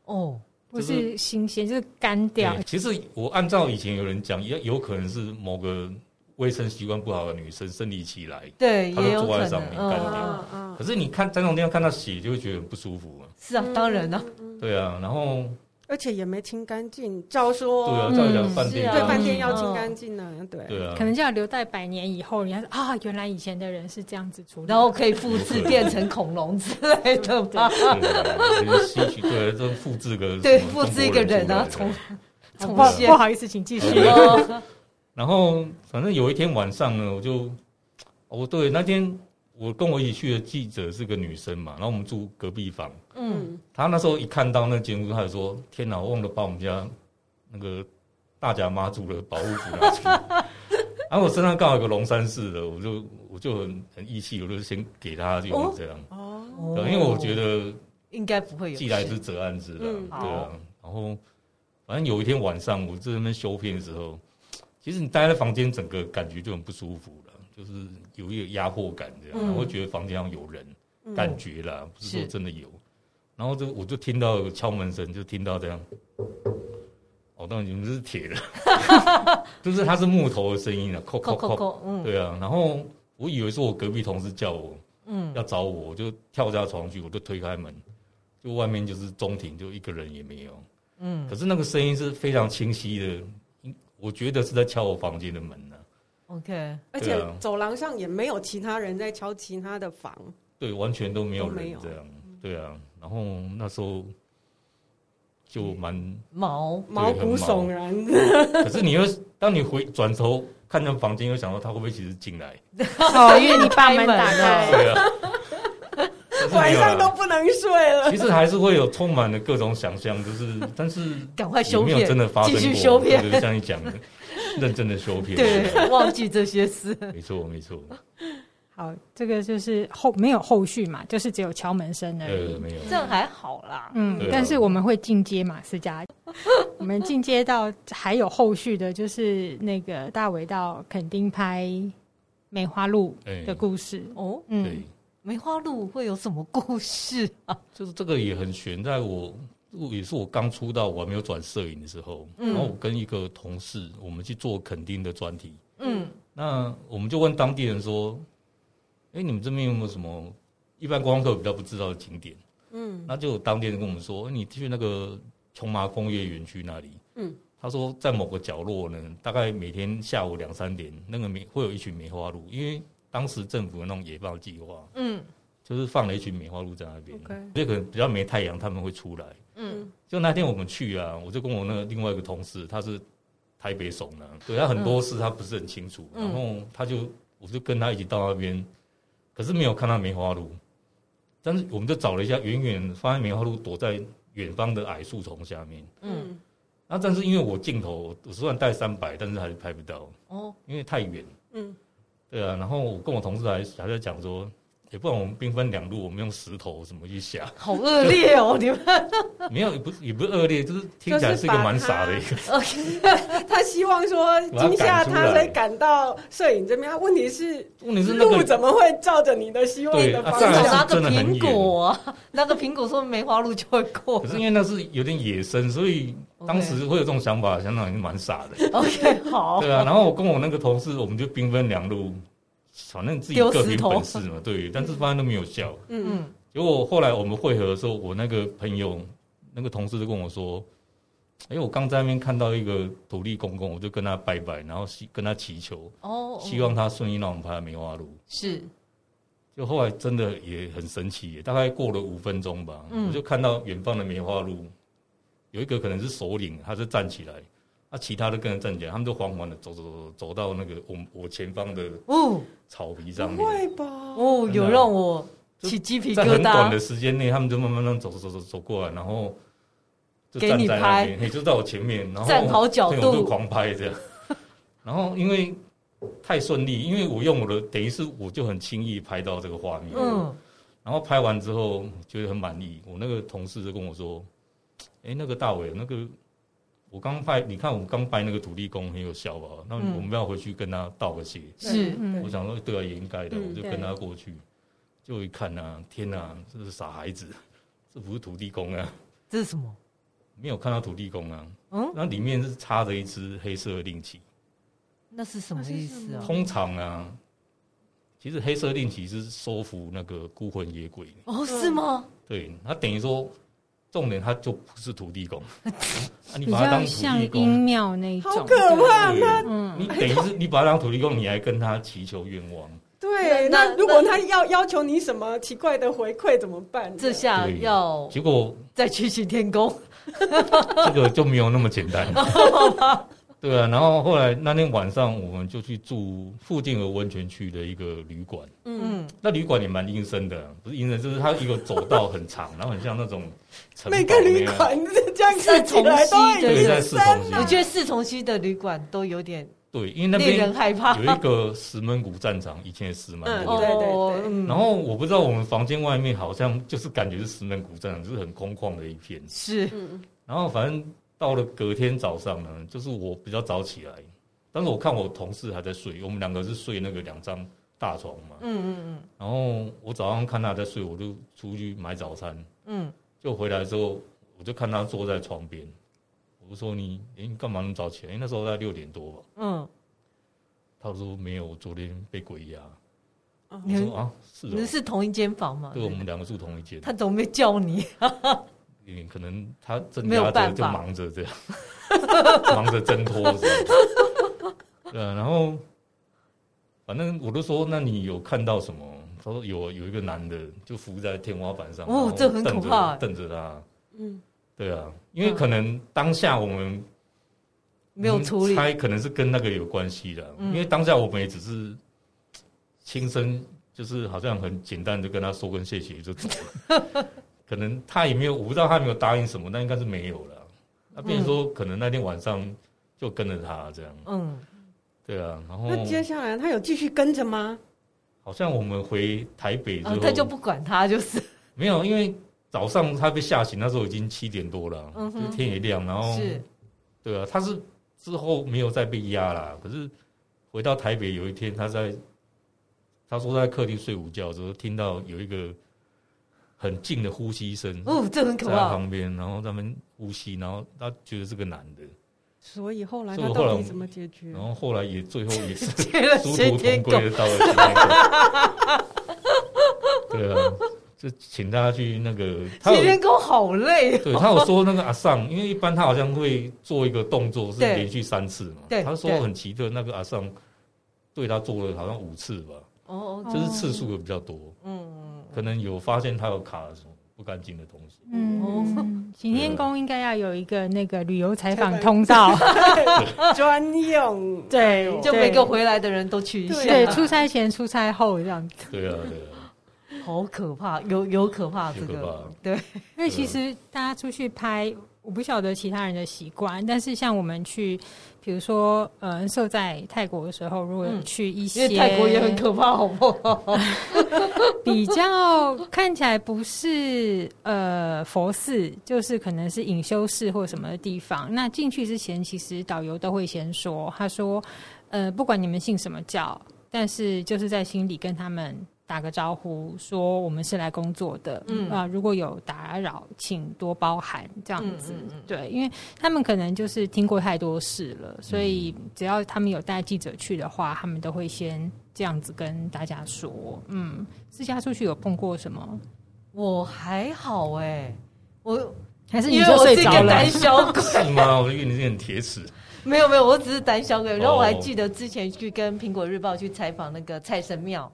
Speaker 2: 哦，
Speaker 1: 不是新鲜，就是干
Speaker 2: 啊
Speaker 1: 掉
Speaker 3: 对，其实我按照以前有人讲，也有可能是某个卫生习惯不好的女生生理期来，
Speaker 2: 对，
Speaker 3: 他
Speaker 2: 也
Speaker 3: 就
Speaker 2: 有
Speaker 3: 坐在
Speaker 2: 可
Speaker 3: 上
Speaker 2: 能，
Speaker 3: 面干掉
Speaker 2: 嗯，
Speaker 4: 嗯嗯
Speaker 3: 可是你看在那种地方看到血，就会觉得很不舒服啊。
Speaker 2: 是啊，当然了，
Speaker 3: 对啊，然后
Speaker 4: 而且也没清干净，照
Speaker 3: 对啊，
Speaker 4: 说
Speaker 3: 照理
Speaker 1: 嗯
Speaker 3: 讲饭
Speaker 2: 是
Speaker 3: 店
Speaker 2: 啊
Speaker 4: 对饭店
Speaker 2: 嗯
Speaker 4: 要清干净呢，对，
Speaker 3: 对啊，
Speaker 1: 可能就要留待百年以后，人家说啊，原来以前的人是这样子处理。
Speaker 2: 然后可以复制变成恐龙之类的吧？
Speaker 1: 嗯
Speaker 3: 对啊吸取对啊，就复制个
Speaker 2: 对
Speaker 3: 什
Speaker 2: 复
Speaker 3: 么
Speaker 2: 制一个人啊
Speaker 3: 中
Speaker 1: 不
Speaker 2: 重
Speaker 3: 国出来的
Speaker 1: 好
Speaker 2: 现
Speaker 1: 不好意思，请继续。
Speaker 2: 哦，
Speaker 3: 然后反正有一天晚上呢，我就哦对，那天我跟我一起去的记者是个女生嘛，然后我们住隔壁房，
Speaker 2: 嗯，
Speaker 3: 她那时候一看到那间屋，她就说：“天哪，我忘了把我们家那个大甲妈祖的保护符拿出来。”然后我身上刚好有个龙山寺的，我就我就很很义气，我就先给她用这样，
Speaker 2: 啊
Speaker 4: 哦，
Speaker 3: 对因为我觉
Speaker 2: 得
Speaker 3: 得
Speaker 2: 应该不会有事，
Speaker 3: 既来之则安之啦，
Speaker 4: 嗯
Speaker 3: 对啊。然后反正有一天晚上我在那边修片的时候，其实你待在房间，整个感觉就很不舒服了，就是有一个压迫感这样，
Speaker 2: 嗯
Speaker 3: 然后会觉得房间上有人，
Speaker 4: 嗯
Speaker 3: 感觉啦，不是说
Speaker 2: 是
Speaker 3: 真的有。然后就我就听到有敲门声，就听到这样。哦，当然你们这是铁的， 就是它是木头的声音啊，扣扣
Speaker 2: 扣扣
Speaker 3: 扣。
Speaker 2: 扣，嗯
Speaker 3: 对啊，然后我以为是我隔壁同事叫我，
Speaker 2: 嗯，
Speaker 3: 要找我，我就跳下床去，我就推开门，就外面就是中庭，就一个人也没有。
Speaker 2: 嗯
Speaker 3: 可是那个声音是非常清晰的，嗯我觉得是在敲我房间的门啊呢、
Speaker 2: ，OK，
Speaker 4: 而且
Speaker 3: 对啊
Speaker 4: 走廊上也没有其他人在敲其他的房，
Speaker 3: 对，完全都没有
Speaker 4: 都没
Speaker 3: 人
Speaker 4: 有
Speaker 3: 这样。对啊，然后那时候就蛮，
Speaker 2: 毛
Speaker 4: 毛骨悚然。
Speaker 3: 可是你又当你回转头看向房间，又想到他会不会其实进来？
Speaker 1: 哦，因为你把门打
Speaker 2: 开
Speaker 1: 开，
Speaker 3: 对啊，但是没
Speaker 4: 晚
Speaker 3: 有
Speaker 4: 上都
Speaker 3: 啦
Speaker 4: 不能睡 了。
Speaker 3: 其实还是会有充满了各种想象，就是但 是
Speaker 2: 赶快
Speaker 3: 有
Speaker 2: 啊修
Speaker 3: 没有
Speaker 2: 片，
Speaker 3: 真的发生
Speaker 2: 继
Speaker 3: 过？
Speaker 2: 续修片
Speaker 3: 对，对像你讲 的，认真的修片。
Speaker 2: 对， 忘记这些事，
Speaker 3: 没错，没错，
Speaker 1: 好，这个就是后没有后续嘛，就是只有敲门声而
Speaker 3: 呃，
Speaker 1: 已。
Speaker 3: 没有，
Speaker 2: 这样还好啦，
Speaker 1: 嗯
Speaker 3: 对，啊
Speaker 1: 但是我们会进阶马斯 加，我们进阶到还有后续的，就是那个大伟到垦丁拍梅花鹿
Speaker 3: 哎
Speaker 1: 的故事。
Speaker 2: 哦，
Speaker 3: 对
Speaker 1: 嗯，，
Speaker 2: 梅花鹿会有什么故事啊？
Speaker 3: 就是这个也很悬，在我我也是我刚出道，我还没有转摄影的时候，
Speaker 2: 嗯
Speaker 3: 然后我跟一个同事，我们去做垦丁的专题，
Speaker 2: 嗯
Speaker 3: 那我们就问当地人说，哎，你们这边有没有什么一般观光客比较不知道的景点？嗯，那就有当地人跟我们说，哦你去那个琼麻工业园区那里，
Speaker 4: 嗯，
Speaker 3: 他说在某个角落呢，大概每天下午两三点，那个梅会有一群梅花鹿，因为当时政府的那种野放计划，
Speaker 2: 嗯
Speaker 3: 就是放了一群梅花鹿在那边
Speaker 4: OK
Speaker 3: 所以可能比较没太阳，他们会出来。
Speaker 2: 嗯，
Speaker 3: 就那天我们去啊，我就跟我那个另外一个同事，他是台北怂的，对他很多事他不是很清楚，
Speaker 2: 嗯
Speaker 3: 然后他就我就跟他一起到那边，可是没有看到梅花鹿，但是我们就找了一下，远远发现梅花鹿躲在远方的矮树丛下面。
Speaker 4: 嗯
Speaker 3: 那但是因为我镜头，我虽然带三百，但是还是拍不到，
Speaker 2: 哦，
Speaker 3: 因为太远。
Speaker 4: 嗯，
Speaker 3: 对啊，然后我跟我同事还还在讲说，也、不然我们兵分两路，我们用石头怎么去下？
Speaker 2: 好恶劣哦，你们
Speaker 3: 没有，也不是也不是恶劣，就是听起来是一个蛮傻的一个。
Speaker 4: 他希望说惊吓
Speaker 3: 把它赶出
Speaker 4: 他，
Speaker 3: 来
Speaker 4: 所以赶到摄影这边。啊问题是，
Speaker 3: 问题是那
Speaker 4: 路
Speaker 3: 个
Speaker 4: 怎么会照着你的希望
Speaker 3: 对
Speaker 4: 的
Speaker 3: 啊
Speaker 4: 方
Speaker 3: 再
Speaker 2: 至
Speaker 3: 来
Speaker 2: 少
Speaker 4: 向？
Speaker 2: 拿
Speaker 3: 是
Speaker 2: 个
Speaker 3: 真的很
Speaker 2: 苹果啊，拿个苹果说梅花鹿就会过
Speaker 3: 可。是因为那是有点野生，所以当时会有这种想法，想想也是蛮傻的，
Speaker 2: OK，好，
Speaker 3: 对啊。然后我跟我那个同事，我们就兵分两路，反正自己
Speaker 2: 丢
Speaker 3: 各
Speaker 2: 石
Speaker 3: 凭
Speaker 2: 头
Speaker 3: 本事嘛，对。但是发现都没有效。
Speaker 4: 嗯，
Speaker 2: 嗯，
Speaker 3: 结果后来我们会合的时候，我那个朋友那个同事就跟我说：“哎、我刚在那边看到一个土地公公，我就跟他拜拜，然后希跟他祈求，
Speaker 2: 哦，
Speaker 3: 希望他顺利让我们拍梅花鹿。”
Speaker 2: 是
Speaker 3: 就后来真的也很神奇耶，大概过了五分钟吧，
Speaker 2: 嗯
Speaker 3: 我就看到远方的梅花鹿，有一个可能是首领，他是站起来，那、其他的跟着站起来，他们就缓缓的走走走走到那个我我前方的
Speaker 2: 哦
Speaker 3: 草皮上
Speaker 4: 不
Speaker 3: 面，
Speaker 4: 会吧？
Speaker 2: 哦，
Speaker 3: 真的
Speaker 2: 有让我
Speaker 3: 就
Speaker 2: 起鸡皮
Speaker 3: 在
Speaker 2: 疙
Speaker 3: 很短的
Speaker 2: 瘩。
Speaker 3: 时间内，他们就慢慢慢走走走走走过来，然后就
Speaker 2: 给
Speaker 3: 站
Speaker 2: 你
Speaker 3: 在那边，你就在我前面，然后
Speaker 2: 站好角
Speaker 3: 对我就
Speaker 2: 度
Speaker 3: 狂拍这样， 然后因为太顺利，因为我用我的等于是我就很轻易拍到这个画面，
Speaker 2: 嗯，
Speaker 3: 然后拍完之后觉得很满意，我那个同事就跟我说：“哎、那个大伟，那个我刚拍，你看我刚拍那个土地公很有效吧？那
Speaker 2: 嗯
Speaker 3: 我们要回去跟他道个谢。
Speaker 2: 是
Speaker 1: 嗯
Speaker 3: 我想说，对啊，也应该的，
Speaker 4: 嗯
Speaker 3: 我就跟他过去，就一看啊，天哪、这是傻孩子，这不是土地公啊，
Speaker 2: 这是什么？
Speaker 3: 没有看到土地公啊。
Speaker 2: 嗯，
Speaker 3: 那里面是插着一只黑色的令旗。
Speaker 2: 那是什么意思啊？
Speaker 3: 通常啊，其实黑色令旗是收服那个孤魂野鬼的。
Speaker 2: 哦，是吗？
Speaker 3: 对，他等于说，重点他就不是土 地公，啊、你
Speaker 1: 比
Speaker 3: 把他当
Speaker 1: 较
Speaker 3: 土
Speaker 1: 像
Speaker 3: 地
Speaker 1: 阴
Speaker 3: 公，
Speaker 1: 庙那
Speaker 3: 哦
Speaker 1: 一
Speaker 4: 好
Speaker 1: 种，
Speaker 4: 可怕！
Speaker 3: 对，
Speaker 1: 嗯，
Speaker 3: 你等于是你把他当土地公，你还跟他祈求愿 望，
Speaker 4: 对，
Speaker 2: 那
Speaker 4: 那
Speaker 2: 那
Speaker 4: 如果他要要求你什么奇怪的回馈怎么办？
Speaker 2: 这下
Speaker 3: 对
Speaker 2: 要
Speaker 3: 结果
Speaker 2: 再去去天宫。
Speaker 3: 这个就没有那么简 单。
Speaker 1: 哦
Speaker 3: 对啊，然后后来那天晚上我们就去住附近有温泉区的一个旅馆，
Speaker 4: 嗯，
Speaker 2: 嗯，
Speaker 3: 那旅馆也蛮阴森的，啊不是阴森，就是它一个走道很长，然后很像啊那种城堡
Speaker 4: 每个旅
Speaker 3: 那样，
Speaker 4: 馆这样看起来都很
Speaker 2: 对
Speaker 3: 对，在
Speaker 4: 阴
Speaker 3: 市
Speaker 4: 森
Speaker 3: 中心
Speaker 2: 我，
Speaker 1: 啊
Speaker 2: 觉得四重溪的旅馆都有点
Speaker 3: 对，因为那
Speaker 2: 令
Speaker 3: 边
Speaker 2: 人害怕。
Speaker 3: 有一个石门谷战场，以前也石门
Speaker 4: 嗯
Speaker 3: 谷。
Speaker 4: 对对对
Speaker 2: 哦，嗯
Speaker 3: 然后我不知道我们房间外面好像就是感觉是石门古镇，就是很空旷的一片。
Speaker 2: 是
Speaker 4: 嗯
Speaker 3: 然后反正到了隔天早上呢，就是我比较早起来，但是我看我同事还在睡，我们两个是睡那个两张大床嘛。
Speaker 2: 嗯嗯
Speaker 3: 然后我早上看他在睡，我就出去买早餐，
Speaker 2: 嗯
Speaker 3: 就回来之后我就看他坐在床边，我就说你，诶你干嘛那么早起来？因为那时候大概六点多吧。
Speaker 2: 嗯
Speaker 3: 他说没有，我昨天被鬼压。
Speaker 4: 嗯
Speaker 3: 我说啊，是
Speaker 2: 嗯，
Speaker 3: 哦
Speaker 2: 你们，是同一间房吗？
Speaker 3: 对，我们两个住同一间。
Speaker 2: 他怎么没叫你？
Speaker 3: 嗯，可能他挣
Speaker 2: 没有
Speaker 3: 扎着
Speaker 2: 办
Speaker 3: 就
Speaker 2: 法
Speaker 3: 忙着这样，忙着 挣脱这样。对啊，然后反正我都说，那你有看到什么？他说有有一个男的就浮在天花板上，
Speaker 2: 哦
Speaker 3: 然后
Speaker 2: 这很
Speaker 3: 瞪
Speaker 2: 可
Speaker 3: 着
Speaker 2: 怕欸
Speaker 3: 瞪着他。
Speaker 4: 嗯，
Speaker 3: 对啊，因为
Speaker 2: 嗯
Speaker 3: 可能当下我们
Speaker 2: 没有处理。
Speaker 3: 嗯猜可能是跟那个有关系的，
Speaker 2: 嗯
Speaker 3: 因为当下我们也只是亲身，就是好像很简单的跟他说声谢谢就走了， 可能他也没有，我不知道他有没有答应什么，但应该是没有了。那变成说，可能那天晚上就跟着他这样，
Speaker 2: 嗯，
Speaker 3: 对啊，然后
Speaker 4: 那接下来他有继续跟着吗？
Speaker 3: 好像我们回台北之
Speaker 2: 啊
Speaker 3: 后，
Speaker 2: 他就不管他，就是
Speaker 3: 没有，因为早上他被吓醒，那时候已经七点多了，
Speaker 2: 嗯哼
Speaker 3: 就天也亮，然后
Speaker 2: 是
Speaker 3: 对啊，他是之后没有再被压啦，可是回到台北有一天，他在他说他在客厅睡午觉的时候，听到有一个很近的呼吸声在
Speaker 2: 哦，这很可
Speaker 3: 他
Speaker 2: 怕。
Speaker 3: 旁边，然后他们呼吸，然后他觉得是个男的，
Speaker 4: 所以后来
Speaker 3: 所以
Speaker 4: 他
Speaker 3: 我后来
Speaker 4: 到底怎么解决
Speaker 3: 然？后后来也最后也是
Speaker 2: 接了
Speaker 3: 殊
Speaker 2: 谢
Speaker 3: 途
Speaker 2: 天
Speaker 3: 同
Speaker 2: 狗，
Speaker 3: 归的到了今天。对啊，就请大家去那个，他
Speaker 2: 铁
Speaker 3: 有
Speaker 2: 天宫好累，
Speaker 3: 对他有说那个阿尚，因为一般他好像会做一个动作是
Speaker 4: 对
Speaker 3: 连续三次嘛，
Speaker 4: 对
Speaker 3: 他说
Speaker 4: 对
Speaker 3: 很奇特，那个阿尚对他做了好像五次吧，
Speaker 2: 哦，
Speaker 1: 哦
Speaker 3: 就是次数也比较多，
Speaker 2: 嗯，
Speaker 3: 可能有发现他有卡了什么不干净的东西，
Speaker 1: 嗯，擎天宫应该要有一个那个旅游采访
Speaker 4: 采访
Speaker 1: 通道，
Speaker 4: 专用。
Speaker 1: 对，
Speaker 2: 就每
Speaker 1: 对
Speaker 2: 个回来的人都去一下，
Speaker 1: 对出差前、出差后这样子。
Speaker 3: 对啊对啊，
Speaker 2: 好可怕，有有可怕这
Speaker 3: 有可
Speaker 2: 个
Speaker 3: 怕，
Speaker 2: 对，
Speaker 1: 因为其实大家出去拍，我不晓得其他人的习惯，但是像我们去，比如说呃，设在泰国的时候，如果有
Speaker 2: 嗯
Speaker 1: 去一
Speaker 2: 因
Speaker 1: 些
Speaker 2: 为泰国也很可 怕，好不好？
Speaker 1: 比较看起来不是呃佛寺，就是可能是隐修寺或什么的地方。那进去之前，其实导游都会先说，他说，呃，不管你们信什么教，但是就是在心里跟他们打个招呼，说我们是来工作的，嗯
Speaker 2: 嗯
Speaker 1: 啊、如果有打扰，请多包涵这样子。
Speaker 2: 嗯嗯嗯
Speaker 1: 对，因为他们可能就是听过太多事了，所以只要他们有带记者去的话，他们都会先这样子跟大家说。嗯，私家出去有碰过什么？
Speaker 2: 我还好哎，我
Speaker 1: 还是你
Speaker 2: 因为
Speaker 1: 就
Speaker 2: 我
Speaker 1: 睡
Speaker 2: 是一
Speaker 1: 着
Speaker 2: 个
Speaker 1: 了？
Speaker 2: 胆小 鬼，
Speaker 3: 是吗？我以为你是很铁齿，
Speaker 2: 没有没有，我只是胆小鬼。然后我还
Speaker 3: 哦
Speaker 2: 记得之前去跟《苹果日报》去采访那个蔡神庙，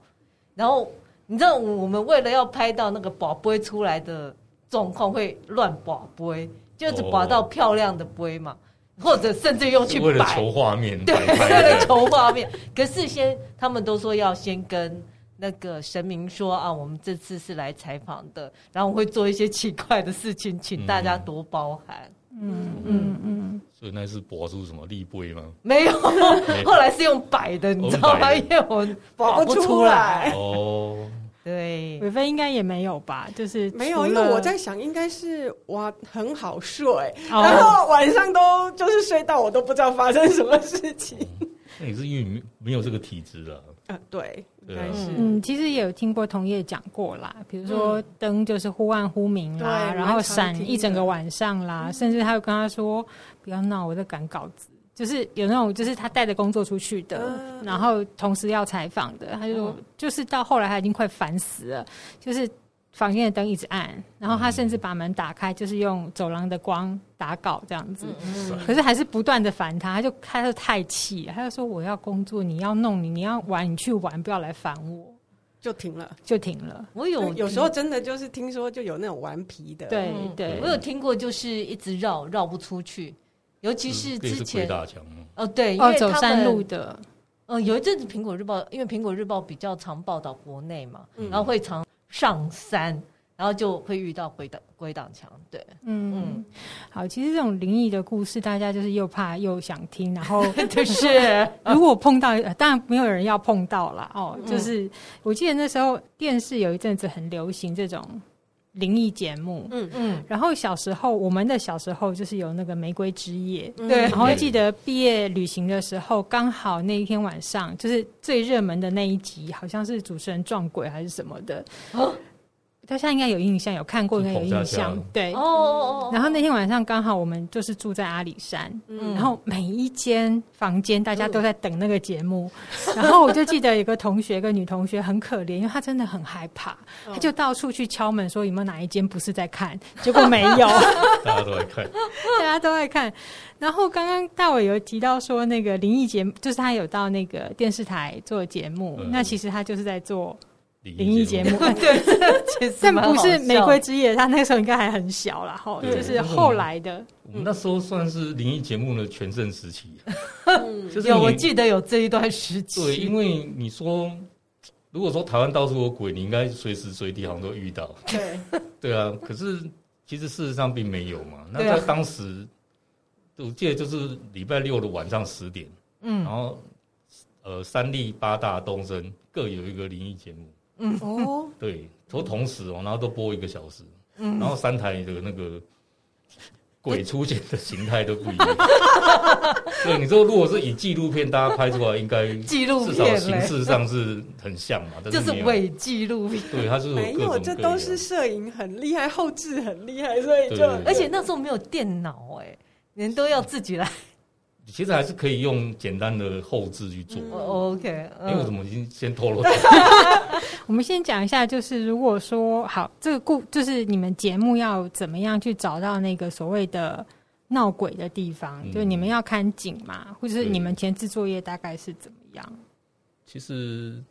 Speaker 2: 然后你知道我们为了要拍到那个宝贝出来的状况，会乱宝贝，就是宝到漂亮的杯嘛，或者甚至用去
Speaker 3: 是为了
Speaker 2: 摆，
Speaker 3: 求画面
Speaker 2: 对，
Speaker 3: 摆
Speaker 2: 为
Speaker 3: 拍
Speaker 2: 了
Speaker 3: 的，
Speaker 2: 求画面。可是先他们都说要先跟。那个神明说啊，我们这次是来采访的，然后我会做一些奇怪的事情，请大家
Speaker 3: 嗯
Speaker 2: 多包涵。
Speaker 1: 嗯嗯嗯，
Speaker 3: 所以那是博出什么立碑吗？
Speaker 2: 没有，后来是用摆的，你知道吗？
Speaker 3: 摆的
Speaker 2: 因为我
Speaker 4: 保
Speaker 2: 不
Speaker 4: 不
Speaker 2: 出
Speaker 4: 出
Speaker 2: 来。
Speaker 4: 来
Speaker 3: 哦，
Speaker 2: 对，
Speaker 1: 伟飞应该也没有吧？就是
Speaker 4: 没有，
Speaker 1: 除
Speaker 4: 因为我
Speaker 1: 了
Speaker 4: 在想，应该是我很好睡，然
Speaker 1: 哦，
Speaker 4: 后晚上都就是睡到我都不知道发生什么事情。
Speaker 3: 那你是因为你没有这个体质啊，
Speaker 4: 啊，对，应
Speaker 3: 对啊
Speaker 4: 该是。
Speaker 1: 嗯，其实也有听过同业讲过啦，比如说灯就是忽暗忽明啦，
Speaker 4: 对
Speaker 1: 然后
Speaker 4: 蛮常
Speaker 1: 闪
Speaker 4: 听
Speaker 1: 一整
Speaker 4: 的嗯
Speaker 1: 个晚上啦，甚至他有跟他说不要闹，我在赶稿子。就是有那种，就是他带着工作出去的，
Speaker 4: 嗯
Speaker 1: 然后同时要采访的，他就说，
Speaker 2: 嗯
Speaker 1: 就是到后来他已经快烦死了，就是房间的灯一直暗，然后他甚至把门打开，就是用走廊的光打稿这样子，
Speaker 2: 嗯
Speaker 1: 可是还是不断的烦他，他就他就太气了，他就说我要工作，你要弄你，你要玩你去玩，不要来烦我。
Speaker 4: 就停了。
Speaker 1: 就停了。
Speaker 2: 我有
Speaker 4: 有时候真的就是听说就有那种顽皮的，
Speaker 1: 对
Speaker 2: 嗯
Speaker 1: 对
Speaker 2: 我，有听过，就是一直绕绕不出去，尤其是
Speaker 3: 嗯这也
Speaker 2: 之
Speaker 3: 是鬼
Speaker 2: 前
Speaker 3: 打墙吗？
Speaker 2: 哦，对，因
Speaker 1: 哦，
Speaker 2: 为
Speaker 1: 走
Speaker 2: 他
Speaker 1: 山路
Speaker 2: 们
Speaker 1: 的，
Speaker 2: 呃有一阵子《苹果日报》，因为《苹果日报》比较常报道国内嘛，
Speaker 4: 嗯
Speaker 2: 然后会常上山，然后就会遇到鬼挡鬼挡墙，对，
Speaker 1: 嗯
Speaker 2: 嗯，
Speaker 1: 好，其实这种灵异的故事，大家就是又怕又想听，然后
Speaker 2: 就是
Speaker 1: 如果碰到，呃当然没有人要碰到啦。哦，
Speaker 2: 嗯
Speaker 1: 就是我记得那时候电视有一阵子很流行这种灵异节目，
Speaker 4: 嗯
Speaker 2: 嗯，
Speaker 1: 然后小时候我们的小时候就是有那个玫瑰之夜，
Speaker 2: 对
Speaker 1: 然后记得毕业旅行的时候，刚好那一天晚上，就是最热门的那一集，好像是主持人撞鬼还是什么的。
Speaker 2: 哦
Speaker 1: 大家应该有印象，有看过，应该有
Speaker 3: 是
Speaker 1: 印
Speaker 3: 彭佳
Speaker 1: 象
Speaker 3: 佳。
Speaker 1: 对
Speaker 2: 哦，哦
Speaker 1: 然后那天晚上刚好我们就是住在阿里山，
Speaker 2: 嗯
Speaker 1: 然后每一间房间大家都在等那个节 目，然后我就记得有个同学，一个女同学很可怜，因为她真的很害怕，
Speaker 2: 哦
Speaker 1: 她就到处去敲门说有没有哪一间不是在看， 结果没 有。
Speaker 3: 大家都来看，
Speaker 1: 大家都爱看。然后刚刚大伟有提到说，那个灵异节目，就是他有到那个电视台做节目，
Speaker 3: 嗯
Speaker 1: 那其实他就是在做
Speaker 3: 灵
Speaker 1: 灵异节目，，
Speaker 2: 对， 这其实
Speaker 1: 但
Speaker 2: 蛮
Speaker 1: 不
Speaker 2: 好
Speaker 1: 是
Speaker 2: 笑
Speaker 1: 玫瑰之夜，他那个时候应该还很小啦，哈，
Speaker 3: 对
Speaker 1: 就是后来的。
Speaker 3: 我们那时候算是灵异节目的全盛时期，就是
Speaker 2: 嗯有，
Speaker 3: 你
Speaker 2: 我记得有这一段时期，
Speaker 3: 对，因为你说，如果说台湾到处有鬼，你应该随时随地好像都遇到，
Speaker 4: 对，
Speaker 3: 对啊。可是其实事实上并没有嘛。那
Speaker 2: 对啊
Speaker 3: 在当时，我记得就是礼拜六的晚上十点，
Speaker 2: 嗯
Speaker 3: 然后呃，三立八大东升各有一个灵异节目，
Speaker 4: 哦，
Speaker 3: 对，都同时哦，然后都播一个小时，
Speaker 2: 嗯
Speaker 3: 然后三台的那个鬼出现的形态都不 一样。对，你说如果是以纪录片大家拍出来，应该
Speaker 2: 纪录
Speaker 3: 至少
Speaker 2: 片
Speaker 3: 形
Speaker 2: 嘞，
Speaker 3: 式上是很像嘛，但
Speaker 2: 就是是
Speaker 3: 没有
Speaker 2: 伪纪录片。
Speaker 3: 对，它就是
Speaker 4: 没
Speaker 3: 有各
Speaker 4: 有，
Speaker 3: 种
Speaker 4: 这
Speaker 3: 各样
Speaker 4: 都是摄影很厉害，后置很厉害，所以就
Speaker 3: 对对对
Speaker 2: 欸而且那时候没有电脑哎、人都要自己来
Speaker 3: 其实还是可以用简单的后置去做。
Speaker 4: 嗯
Speaker 2: 哦 OK，
Speaker 3: 哎、为我怎
Speaker 2: 嗯，
Speaker 3: 么已经先透露？
Speaker 1: 我们先讲一下，就是如果说好，这个故就是你们节目要怎么样去找到那个所谓的闹鬼的地方，
Speaker 3: 嗯
Speaker 1: 就是你们要看景嘛，或者是
Speaker 3: 对
Speaker 1: 你们前置作业大概是怎么样？
Speaker 3: 其实，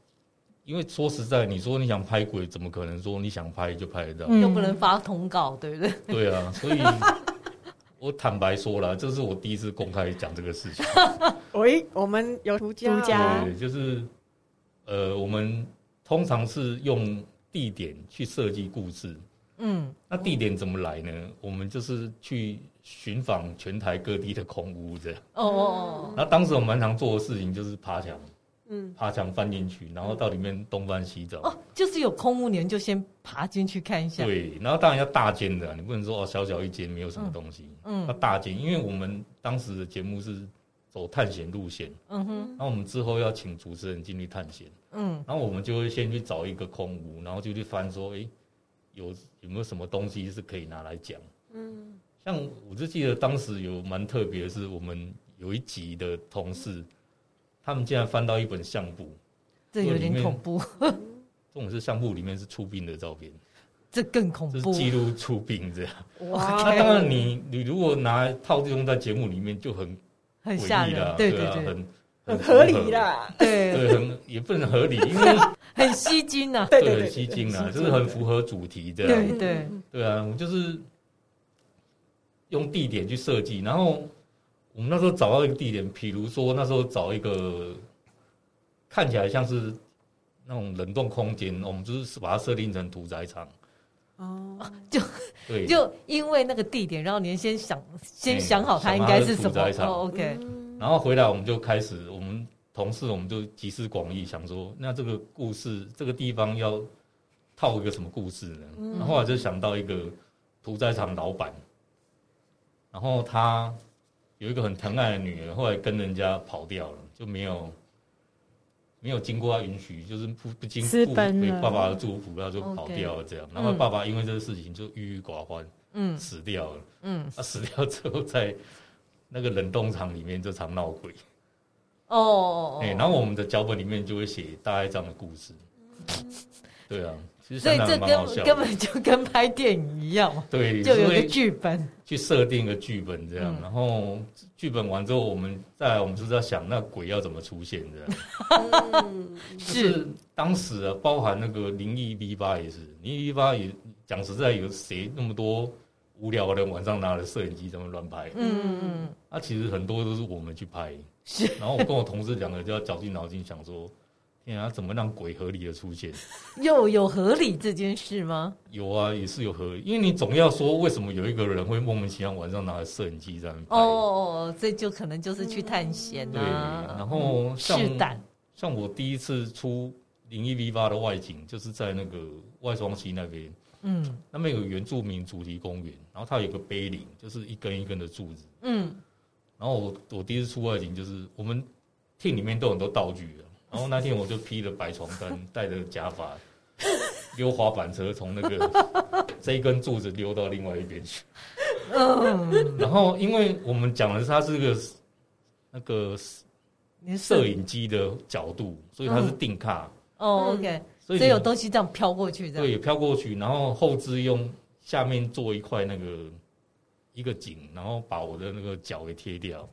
Speaker 3: 因为说实在，你说你想拍鬼，怎么可能说你想拍就拍得
Speaker 1: 嗯
Speaker 3: 到？
Speaker 2: 又不能发通告，对不对？
Speaker 3: 对 啊，所以我坦白说了，这是我第一次公开讲这个事情。
Speaker 4: 喂，我们有独家哦，
Speaker 1: 独家
Speaker 3: 对，就是呃，我们通常是用地点去设计故事。
Speaker 2: 嗯，
Speaker 3: 那地点怎么来呢？我们就是去寻访全台各地的空屋这样。
Speaker 2: 哦哦
Speaker 3: 那当时我们蛮常做的事情就是爬墙，
Speaker 4: 嗯，
Speaker 3: 爬墙翻进去，然后到里面东翻西找。
Speaker 2: 哦，啊哦，就是有空屋，你们就先爬进去看一下。
Speaker 3: 对，然后当然要大间的啊、你不能说哦小小一间没有什么东西，
Speaker 2: 嗯
Speaker 3: 要大间，因为我们当时的节目是走探险路线，
Speaker 2: 嗯哼，
Speaker 3: 那我们之后要请主持人进去探险，
Speaker 2: 嗯
Speaker 3: 然后我们就会先去找一个空屋，然后就去翻说，诶，有有没有什么东西是可以拿来讲？
Speaker 4: 嗯，
Speaker 3: 像我就记得当时有蛮特别，的是我们有一集的同事，他们竟然翻到一本相簿，
Speaker 2: 这有点恐怖，
Speaker 3: 这种是相簿里面是出殡的照片，
Speaker 2: 这更恐
Speaker 3: 就是
Speaker 2: 怖。
Speaker 3: 记录出 殡这样。
Speaker 4: 嗯哇，
Speaker 3: 那当然你，你如果拿套用在节目里面，就很
Speaker 2: 很吓
Speaker 3: 诡异
Speaker 2: 人
Speaker 3: 啦，，
Speaker 2: 对
Speaker 3: 对啊
Speaker 2: 对
Speaker 4: 很
Speaker 3: 很
Speaker 4: 合理，啦，
Speaker 3: 符
Speaker 2: 对
Speaker 3: 合
Speaker 2: 对，
Speaker 3: 对，很也不能合理，因为
Speaker 2: 很吸睛呐。
Speaker 4: 对
Speaker 3: 对
Speaker 4: 对
Speaker 3: 很
Speaker 4: 对
Speaker 3: 吸
Speaker 4: 对，
Speaker 3: 睛啊，
Speaker 4: 对
Speaker 3: 就是很符合主题这
Speaker 2: 对
Speaker 4: 嗯
Speaker 3: 样。
Speaker 2: 对，
Speaker 3: 对啊，我就是用地点去设计，然后我们那时候找到一个地点，比如说那时候找一个看起来像是那种冷冻空间，我们就是把它设定成屠宰场，
Speaker 4: 哦，
Speaker 3: 对，
Speaker 2: 就因为那个地点，然后你先想先
Speaker 3: 嗯
Speaker 2: 想好它
Speaker 3: 想
Speaker 2: 应
Speaker 3: 它
Speaker 2: 该
Speaker 3: 是
Speaker 2: 是
Speaker 3: 屠
Speaker 2: 什么。
Speaker 3: 宰场
Speaker 2: 哦，OK，
Speaker 3: 然后回来我们就开始，我们同事我们就集思广益，想说那这个故事这个地方要套一个什么故事呢？
Speaker 1: 嗯
Speaker 3: 然后后来就想到一个屠宰场老板，然后他有一个很疼爱的女儿，后来跟人家跑掉了，就没有。没有经过他允许，就是不不经
Speaker 1: 私
Speaker 3: 父
Speaker 1: 奔
Speaker 3: 对
Speaker 1: 了
Speaker 3: 爸爸的祝福，他就跑
Speaker 2: OK
Speaker 3: 掉了这样。然后
Speaker 2: 嗯
Speaker 3: 爸爸因为这个事情就郁郁寡欢，
Speaker 2: 嗯
Speaker 3: 死掉了。
Speaker 2: 嗯，
Speaker 3: 他死掉之后，在那个冷冻厂里面就常闹鬼。
Speaker 2: 哦哦
Speaker 3: 哎、
Speaker 2: 哦，
Speaker 3: 然后我们的脚本里面就会写大概这样的故事。对啊，其
Speaker 2: 嗯
Speaker 3: 实
Speaker 2: 所以
Speaker 3: 相当
Speaker 2: 这
Speaker 3: 的蛮好
Speaker 2: 根
Speaker 3: 笑
Speaker 2: 根
Speaker 3: 的。
Speaker 2: 本就跟拍电影一样嘛，
Speaker 3: 对，
Speaker 2: 就有
Speaker 3: 所
Speaker 2: 个
Speaker 3: 以
Speaker 2: 剧本。
Speaker 3: 去设定一个剧本这样，
Speaker 2: 嗯
Speaker 3: 然后剧本完之后，我们再来我们就是要想那鬼要怎么出现 这样。
Speaker 4: 嗯
Speaker 2: 是
Speaker 3: 就是当时啊，包含那个灵异 V 八也是，灵异 V 八也讲实在，有谁那么多无聊的人晚上拿着摄影机这么乱拍？
Speaker 2: 嗯嗯
Speaker 3: 啊，其实很多都是我们去拍，
Speaker 2: 是
Speaker 3: 然后我跟我同事两个就要绞尽脑筋想说，天啊，怎么让鬼合理的出现？
Speaker 2: 嗯，又有合理这件事吗？
Speaker 3: 有啊，也是有合理，因为你总要说为什么有一个人会莫名其妙晚上拿着摄影机在那边拍
Speaker 2: 哦哦，哦，这就可能就是去探险
Speaker 3: 对，
Speaker 2: 啊，
Speaker 3: 然后像
Speaker 2: 试胆。
Speaker 3: 像我第一次出零一 V 八的外景，就是在那个外双溪那边，
Speaker 2: 嗯
Speaker 3: 那边有个原住民主题公园，然后它有个碑林，就是一根一根的柱子。
Speaker 2: 嗯，
Speaker 3: 然后我我第一次出外景，就是我们 team 里面都有很多道具的，然后那天我就披着白床单，戴着假发，溜滑板车从那个这一根柱子溜到另外一边去。嗯，然后因为我们讲的是它是个那个
Speaker 2: 你是
Speaker 3: 摄影机的角度，所以它是定卡，
Speaker 2: 哦
Speaker 4: 嗯
Speaker 2: ，OK，
Speaker 3: 所
Speaker 2: 所
Speaker 3: 以
Speaker 2: 以有
Speaker 3: 你
Speaker 2: 东西这样飘过去，这样
Speaker 3: 对飘过去，然后后置用下面做一块那个一个景，然后把我的那个脚给贴掉，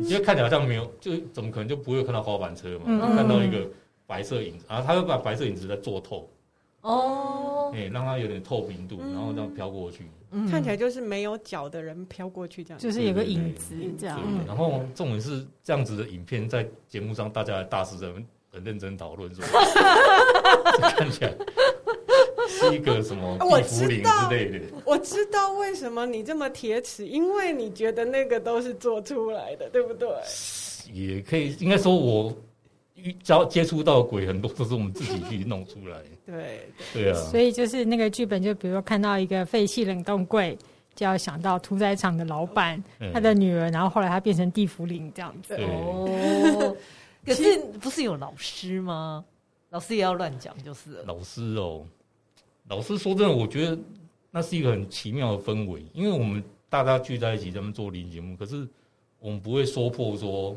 Speaker 3: 你就看起来好像没有，就怎么可能就不会看到滑板车嘛？
Speaker 1: 嗯
Speaker 3: 就看到一个白色影子，然后他又把白色影子再做透，
Speaker 2: 哦，
Speaker 3: 哎、让它有点透明度，
Speaker 4: 嗯
Speaker 3: 然后这样飘过去。
Speaker 2: 嗯
Speaker 4: 看起来就是没有脚的人飘过去这样，
Speaker 1: 就是有个影子这样
Speaker 3: 对，
Speaker 2: 嗯
Speaker 3: 然后重点是这样子的影片在节目上大家大师很很认真讨论说，这看起来是一个什么
Speaker 4: 我
Speaker 3: 地
Speaker 4: 知
Speaker 3: 茯苓
Speaker 4: 道
Speaker 3: 之类的。
Speaker 4: 我知道为什么你这么铁齿，因为你觉得那个都是做出来的，对不对？
Speaker 3: 啊也可以，应该说我遇交接触到的鬼很多都是我们自己去弄出来，
Speaker 4: 对，
Speaker 3: 对啊，
Speaker 1: 所以就是那个剧本，就比如说看到一个废弃冷冻柜，就要想到屠宰场的老板、
Speaker 3: 嗯
Speaker 1: 他的女儿，然后后来他变成地府灵这样子。
Speaker 3: 对
Speaker 2: 哦，可是不是有老师吗？老师也要乱讲就是了。
Speaker 3: 老师哦，老师说真的，我觉得那是一个很奇妙的氛围，因为我们大家聚在一起，咱们做灵异节目，可是我们不会说破说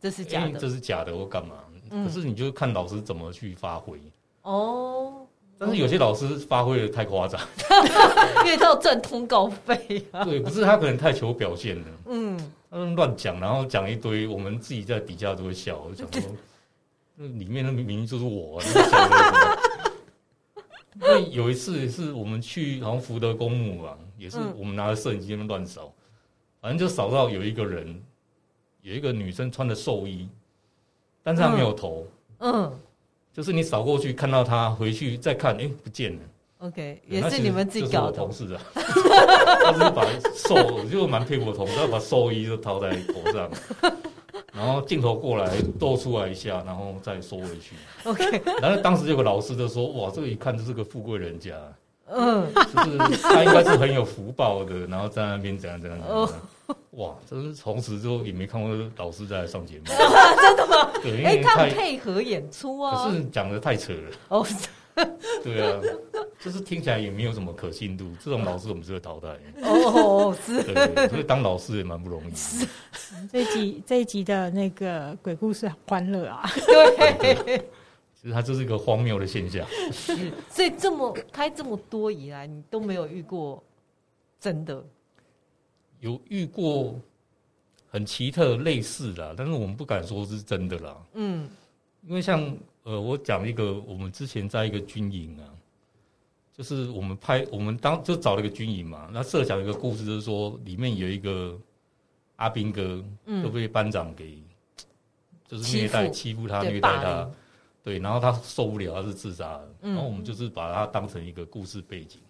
Speaker 2: 这是假
Speaker 3: 哎
Speaker 2: 的嗯
Speaker 3: 这是假的或干嘛。可是你就看老师怎么去发挥，
Speaker 2: 哦，
Speaker 3: 但是有些老师发挥的太夸张，
Speaker 2: 因为他要赚通告 费啊。
Speaker 3: 对，不是他可能太求表现了，
Speaker 2: 嗯，
Speaker 3: 他们乱讲，然后讲一堆，我们自己在底下都会笑，我就想说，那里面的明明就是我、啊，你在讲这 个那有一次是我们去好像福德公墓啊，也是
Speaker 4: 嗯
Speaker 3: 我们拿着摄影机在那边乱扫，反正就扫到有一个人，有一个女生穿的寿衣，但是她没有头，
Speaker 2: 嗯
Speaker 3: 就是你扫过去看到她，回去再看，哎、不见了。
Speaker 2: ，OK，也
Speaker 3: 那其
Speaker 2: 是
Speaker 3: 实
Speaker 2: 你们自己
Speaker 3: 就是
Speaker 2: 搞
Speaker 3: 我
Speaker 2: 的
Speaker 3: 同。事啊， 他是把寿，我就蛮佩服我同事，他把寿衣就套在头上，然后镜头过来露出来一下，然后再收回去。
Speaker 2: OK，
Speaker 3: 然后当时有个老师就说：“哇，这个一看就是个富贵人家，
Speaker 2: 嗯，
Speaker 3: 就是他应该是很有福报的。”然后在那边怎样怎样怎
Speaker 2: 哦
Speaker 3: 样。哇，真是从此之后也没看过老师在 上节目，真的吗？对，因
Speaker 2: 哎、
Speaker 3: 为
Speaker 2: 他
Speaker 3: 太
Speaker 2: 们配合演出
Speaker 3: 可
Speaker 2: 啊。
Speaker 3: 是讲的太扯了。
Speaker 2: 哦，
Speaker 3: 对啊，就是听起来也没有什么可信度。这种老师我们是会淘汰。
Speaker 2: 哦 哦， 是
Speaker 3: 对，所以当老师也蛮不容易的。
Speaker 1: 这一集这一集的那个鬼故事很欢乐啊，
Speaker 2: 对，
Speaker 3: 其实它就是一个荒谬的现象。
Speaker 2: 所以这么拍这么多以来，你都没有遇过真的
Speaker 3: 有遇过很奇特类似啦，但是我们不敢说是真的啦，
Speaker 2: 嗯
Speaker 3: 因为像呃，我讲一个，我们之前在一个军营啊，就是我们拍，我们当就找了一个军营嘛，那设想一个故事，就是说里面有一个阿兵哥就
Speaker 2: 嗯，
Speaker 3: 被班长给就是
Speaker 2: 欺
Speaker 3: 虐
Speaker 2: 负
Speaker 3: 待、欺负他、
Speaker 2: 对
Speaker 3: 虐待
Speaker 2: 霸
Speaker 3: 他，
Speaker 2: 凌，
Speaker 3: 对，然后他受不了，他是自杀的。
Speaker 2: 嗯
Speaker 3: 然后我们就是把它当成一个故事背景。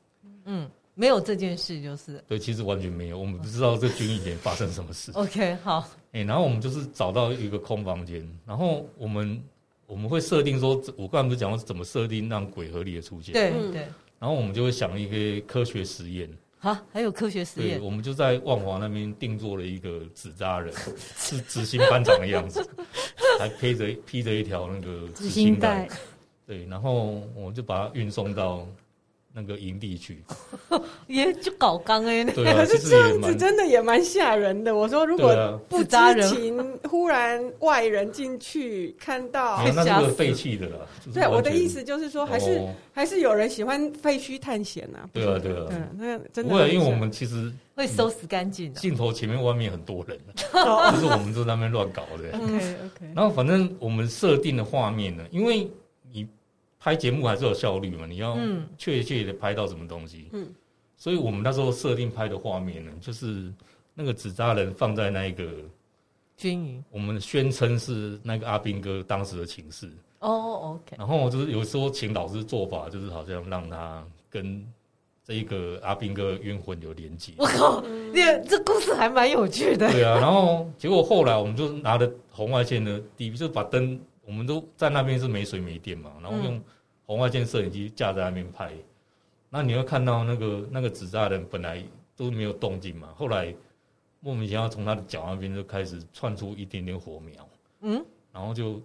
Speaker 2: 嗯，没有这件事就是
Speaker 3: 对，其实完全没有，我们不知道这军营里面发生什么事。
Speaker 2: OK，好，
Speaker 3: 哎、然后我们就是找到一个空房间，然后我们我们会设定说，我刚才不是讲过怎么设定让鬼合理的出现？。
Speaker 2: 对
Speaker 4: 嗯
Speaker 2: 对，
Speaker 3: 然后我们就会想一个科学实验，
Speaker 2: 好，还有科学实
Speaker 3: 对，
Speaker 2: 验，
Speaker 3: 我们就在万华那边定做了一个纸扎人，是执行班长的样子，还披着披着一条那个
Speaker 1: 执
Speaker 3: 执
Speaker 1: 行
Speaker 3: 行
Speaker 1: 带
Speaker 3: 带，对，然后我就把它运送到那个营 地去，
Speaker 2: 也就搞刚哎，
Speaker 3: 对啊，
Speaker 4: 可
Speaker 3: 其
Speaker 4: 是
Speaker 3: 实
Speaker 4: 这
Speaker 3: 也
Speaker 4: 样子
Speaker 3: 蛮
Speaker 4: 真的也蛮吓人的。我说，如
Speaker 3: 对
Speaker 4: 果
Speaker 3: 啊。
Speaker 4: 不
Speaker 2: 自扎
Speaker 4: 知
Speaker 2: 人
Speaker 4: 情，忽然外人进去看到
Speaker 3: 没，有，那
Speaker 2: 吓
Speaker 3: 是个
Speaker 2: 死
Speaker 3: 废弃的了。就是
Speaker 4: 对我
Speaker 3: 啊完
Speaker 4: 的
Speaker 3: 全
Speaker 4: 意思就是说，还是
Speaker 3: 哦
Speaker 4: 还是有人喜欢废墟探险呐。
Speaker 3: 对啊，对啊，
Speaker 4: 嗯，那真的很吓人。
Speaker 3: 不会，因为我们其实
Speaker 2: 会收拾干净的。
Speaker 3: 镜头前面外面很多人， 就是我们在那边乱搞的。
Speaker 4: OK OK，
Speaker 3: 然后反正我们设定的画面呢，因为你拍节目还是有效率嘛，你要
Speaker 2: 嗯
Speaker 3: 确切的拍到什么东西。
Speaker 4: 嗯
Speaker 3: 所以我们那时候设定拍的画面呢，就是那个纸扎人放在那一个
Speaker 2: 均匀
Speaker 3: 我们宣称是那个阿兵哥当时的情势，
Speaker 2: 哦，OK，
Speaker 3: 然后就是有时候请老师做法，就是好像让他跟这一个阿兵哥冤魂有连接。
Speaker 2: 我靠，这这故事还蛮有趣的。
Speaker 3: 对啊，然后结果后来我们就拿着红外线的底，就是把灯，我们都在那边是没水没电嘛，然后用红外线摄影机架在那边拍。那你会看到那个那个纸扎人本来都没有动静嘛，后来莫名其妙从他的脚那边就开始窜出一点点火苗，
Speaker 2: 嗯，
Speaker 3: 然后就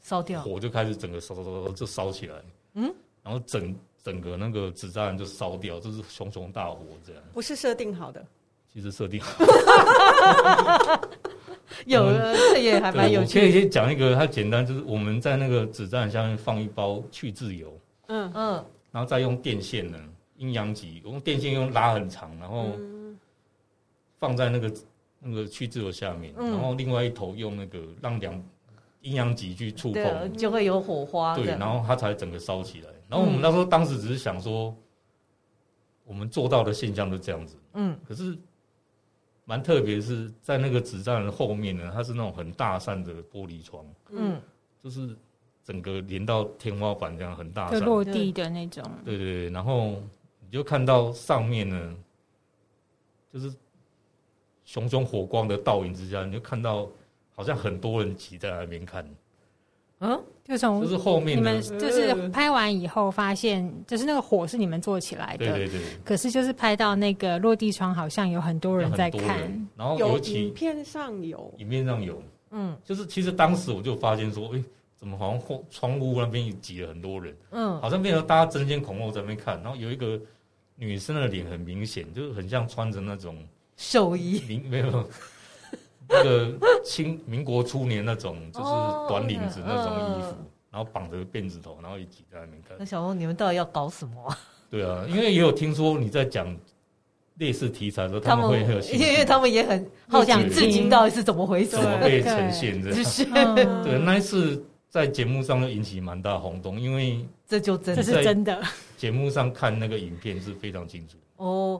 Speaker 2: 烧掉，
Speaker 3: 火就开始整个烧烧烧烧就烧起来，
Speaker 2: 嗯，
Speaker 3: 然后整整个那个纸扎人就烧掉，就是熊熊大火这样。
Speaker 4: 不是设定好的，
Speaker 3: 其实设定好
Speaker 2: 有了，这也还蛮
Speaker 3: 对，
Speaker 2: 有
Speaker 3: 我可以
Speaker 2: 趣的。
Speaker 3: 先讲一个，它简单，就是我们在那个纸站下面放一包去渍油，
Speaker 4: 嗯
Speaker 2: 嗯，
Speaker 3: 然后再用电线呢，阴阳极，我用电线用拉很长，然后
Speaker 4: 嗯
Speaker 3: 放在那个那个去渍油下面，
Speaker 2: 嗯
Speaker 3: 然后另外一头用那个让两阴阳极去触碰，
Speaker 2: 对，啊就会有火花
Speaker 3: 对，
Speaker 2: 的。
Speaker 3: 然后它才整个烧起来。
Speaker 2: 嗯
Speaker 3: 然后我们那时候当时只是想说，我们做到的现象就这样子，
Speaker 2: 嗯，
Speaker 3: 可是。蛮特别，是在那个纸站的后面呢，它是那种很大扇的玻璃窗，
Speaker 2: 嗯，
Speaker 3: 就是整个连到天花板这样很大
Speaker 1: 就
Speaker 3: 扇，
Speaker 1: 落地的那种，
Speaker 3: 对对对，然后你就看到上面呢，就是熊熊火光的倒影之下，你就看到好像很多人挤在那边看，
Speaker 1: 就
Speaker 3: 就
Speaker 1: 从
Speaker 3: 是后
Speaker 1: 你
Speaker 3: 面
Speaker 1: 们
Speaker 3: 呢，
Speaker 1: 就是拍完以后发现，就是那个火是你们做起来
Speaker 3: 对
Speaker 1: 的，
Speaker 3: 对对，
Speaker 1: 可是就是拍到那个落地窗，好像有很多人在
Speaker 3: 很多
Speaker 1: 看
Speaker 3: 人，，然后
Speaker 4: 有
Speaker 3: 哦尤
Speaker 4: 影
Speaker 3: 其
Speaker 4: 片上有，
Speaker 3: 影面上有，
Speaker 2: 嗯
Speaker 3: 就是其实当时我就发现说，哎、怎么好像后窗户那边也挤了很多人？
Speaker 2: 嗯，
Speaker 3: 好像变成大家争先恐后在那边看，然后有一个女生的脸很明显，就是很像穿着那种
Speaker 2: 兽医
Speaker 3: 民没有那个清民国初年那种，就是
Speaker 2: 哦
Speaker 3: 短领子那种衣服，
Speaker 2: 嗯
Speaker 3: 然后绑着个辫子头，然后一起 在那边看
Speaker 2: 那。小红，你们到底要搞什么啊？
Speaker 3: 对啊，因为也有听说你在讲类似题材的时候，他
Speaker 2: 他
Speaker 3: 们
Speaker 2: 们
Speaker 3: 会很有兴
Speaker 2: 因为因为
Speaker 3: 趣，
Speaker 2: 他们也很好
Speaker 3: 也
Speaker 2: 奇
Speaker 3: 想
Speaker 2: 至今
Speaker 1: 听
Speaker 2: 到底是怎么回事
Speaker 3: 怎，么被呈现这
Speaker 2: 就
Speaker 3: 样。
Speaker 2: 是
Speaker 1: 嗯
Speaker 3: 对，那一次在节目上就引起蛮大轰动，因为
Speaker 2: 这就真
Speaker 1: 这
Speaker 2: 的
Speaker 1: 是真的，
Speaker 3: 节目上看那个影片是非常清楚。
Speaker 2: 哦。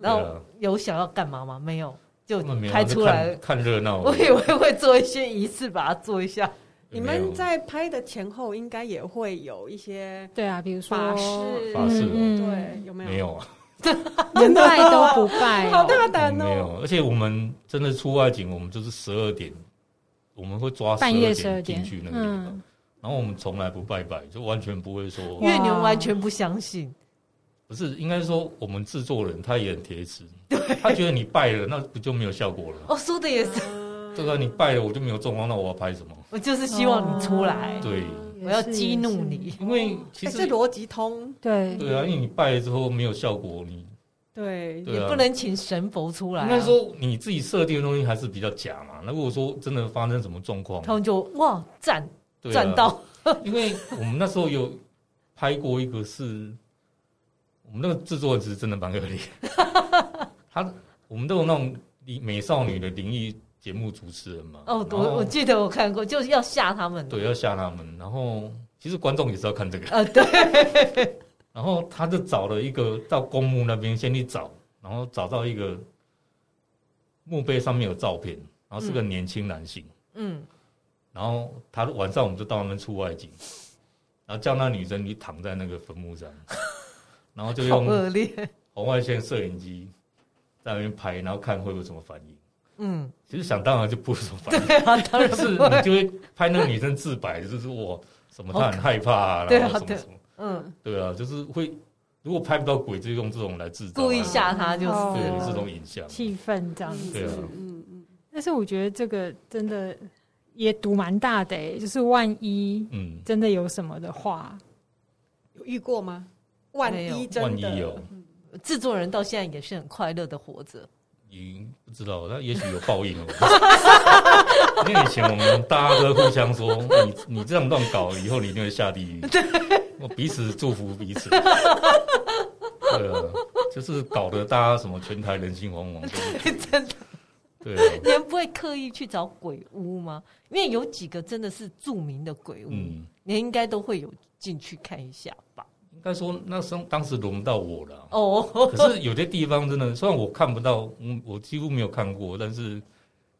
Speaker 3: 对
Speaker 2: 然
Speaker 3: 啊
Speaker 2: 后有想要干嘛吗？没有，就
Speaker 3: 他们没有
Speaker 2: 拍
Speaker 3: 就
Speaker 2: 出
Speaker 3: 看
Speaker 2: 来。
Speaker 3: 看热闹而
Speaker 2: 我
Speaker 3: 已。
Speaker 2: 以为会做一些仪式，把它做一下。
Speaker 4: 你
Speaker 3: 没有
Speaker 4: 们在拍的前后应该也会有一些
Speaker 1: 对啊，比如说
Speaker 4: 法式，
Speaker 3: 法式
Speaker 1: 嗯
Speaker 4: 对，有没有？
Speaker 3: 没，有啊，
Speaker 1: 连拜都不拜
Speaker 4: 好
Speaker 1: 哦，
Speaker 4: 大
Speaker 3: 我
Speaker 4: 胆
Speaker 3: 们没
Speaker 4: 哦！
Speaker 3: 有。而且我们真的出外景，我们就是十二点，我们会抓
Speaker 1: 半夜十
Speaker 3: 12
Speaker 1: 二
Speaker 3: 进
Speaker 1: 点
Speaker 3: 去那，个地方
Speaker 1: 嗯，，
Speaker 3: 然后我们从来不拜拜，就完全不会说
Speaker 2: 因为你们完全不相信，
Speaker 3: 不是，应该说我们制作人他也很铁齿，他觉得你拜了，那不就没有效果了吗？
Speaker 2: 哦，说的也是，
Speaker 3: 对吧？你拜了我就没有状况，那我要拍什么？
Speaker 2: 嗯我就是希望你出来，
Speaker 3: 对，
Speaker 2: 我要激怒，你。
Speaker 3: 因为其
Speaker 4: 哎，这
Speaker 3: 实
Speaker 4: 逻辑通，
Speaker 1: 对，
Speaker 3: 对啊，因为你拜了之后没有效果，你
Speaker 4: 对，
Speaker 3: 对
Speaker 2: 也
Speaker 3: 啊
Speaker 2: 不能请神佛出来、啊，
Speaker 3: 应该说你自己设定的东西还是比较假嘛。那如果说真的发生什么状况，
Speaker 2: 他们就哇赞
Speaker 3: 对啊
Speaker 2: 赞到，
Speaker 3: 因为我们那时候有拍过一个是，我们那个制作人其实真的蛮 恶劣，他我们都有那种美少女的灵异节目主持人嘛，
Speaker 2: 哦，
Speaker 3: 然后
Speaker 2: 我我记得我看过，就是要吓他们，
Speaker 3: 对要吓他们，然后其实观众也是要看 这个，
Speaker 2: 呃对，
Speaker 3: 然后他就找了一个到公墓那边先去找，然后找到一个墓碑上面有照片，然后是个年轻男性。
Speaker 2: 嗯，
Speaker 3: 然后他晚上我们就到那边出外景，然后叫那女生你躺在那个坟墓 上，然后就
Speaker 2: 好
Speaker 3: 用
Speaker 2: 恶劣，
Speaker 3: 红外线摄影机在那边拍，然后看会有什么反应。
Speaker 2: 嗯，
Speaker 3: 其实想当然就不会有什么反应，
Speaker 2: 对啊， 当然
Speaker 3: 但是
Speaker 2: 不
Speaker 3: 你
Speaker 2: 会，
Speaker 3: 就会拍那个女生自白，就是我什么她很害怕、啊，
Speaker 2: 对
Speaker 3: 然
Speaker 2: 啊
Speaker 3: 后什么
Speaker 2: 对
Speaker 3: 什么，
Speaker 2: 嗯，
Speaker 3: 对啊，就是会如果拍不到鬼，就用这种来制造啊、
Speaker 2: 故意吓他就是
Speaker 1: 哦
Speaker 3: 对
Speaker 2: 了
Speaker 3: 这种影像。啊
Speaker 1: 气氛这样子。
Speaker 3: 对啊
Speaker 4: 嗯嗯
Speaker 1: 但是我觉得这个真的也赌蛮大的、欸，就是万一
Speaker 3: 嗯，
Speaker 1: 真的有什么的话，
Speaker 4: 有遇过吗？万
Speaker 2: 没
Speaker 4: 一
Speaker 2: 有
Speaker 4: 真的
Speaker 3: 万一有，
Speaker 2: 制作人到现在也是很快乐的活着，
Speaker 3: 你不知道，那也许有报应哦。 因为以前我们大家都互相说，你你这样乱搞，以后你一定会下地狱。我彼此祝福彼此。对啊，就是搞得大家什么全台人心 惶惶。
Speaker 2: 真的，
Speaker 3: 对啊，
Speaker 2: 你们不会刻意去找鬼屋吗？因为有几个真的是著名的鬼屋，
Speaker 3: 嗯，
Speaker 2: 你应该都会有进去看一下吧？
Speaker 3: 应该说那时候当时轮不到我了。
Speaker 2: 哦，
Speaker 3: 可是有些地方真的，虽然我看不到，嗯，我几乎没有看过，但是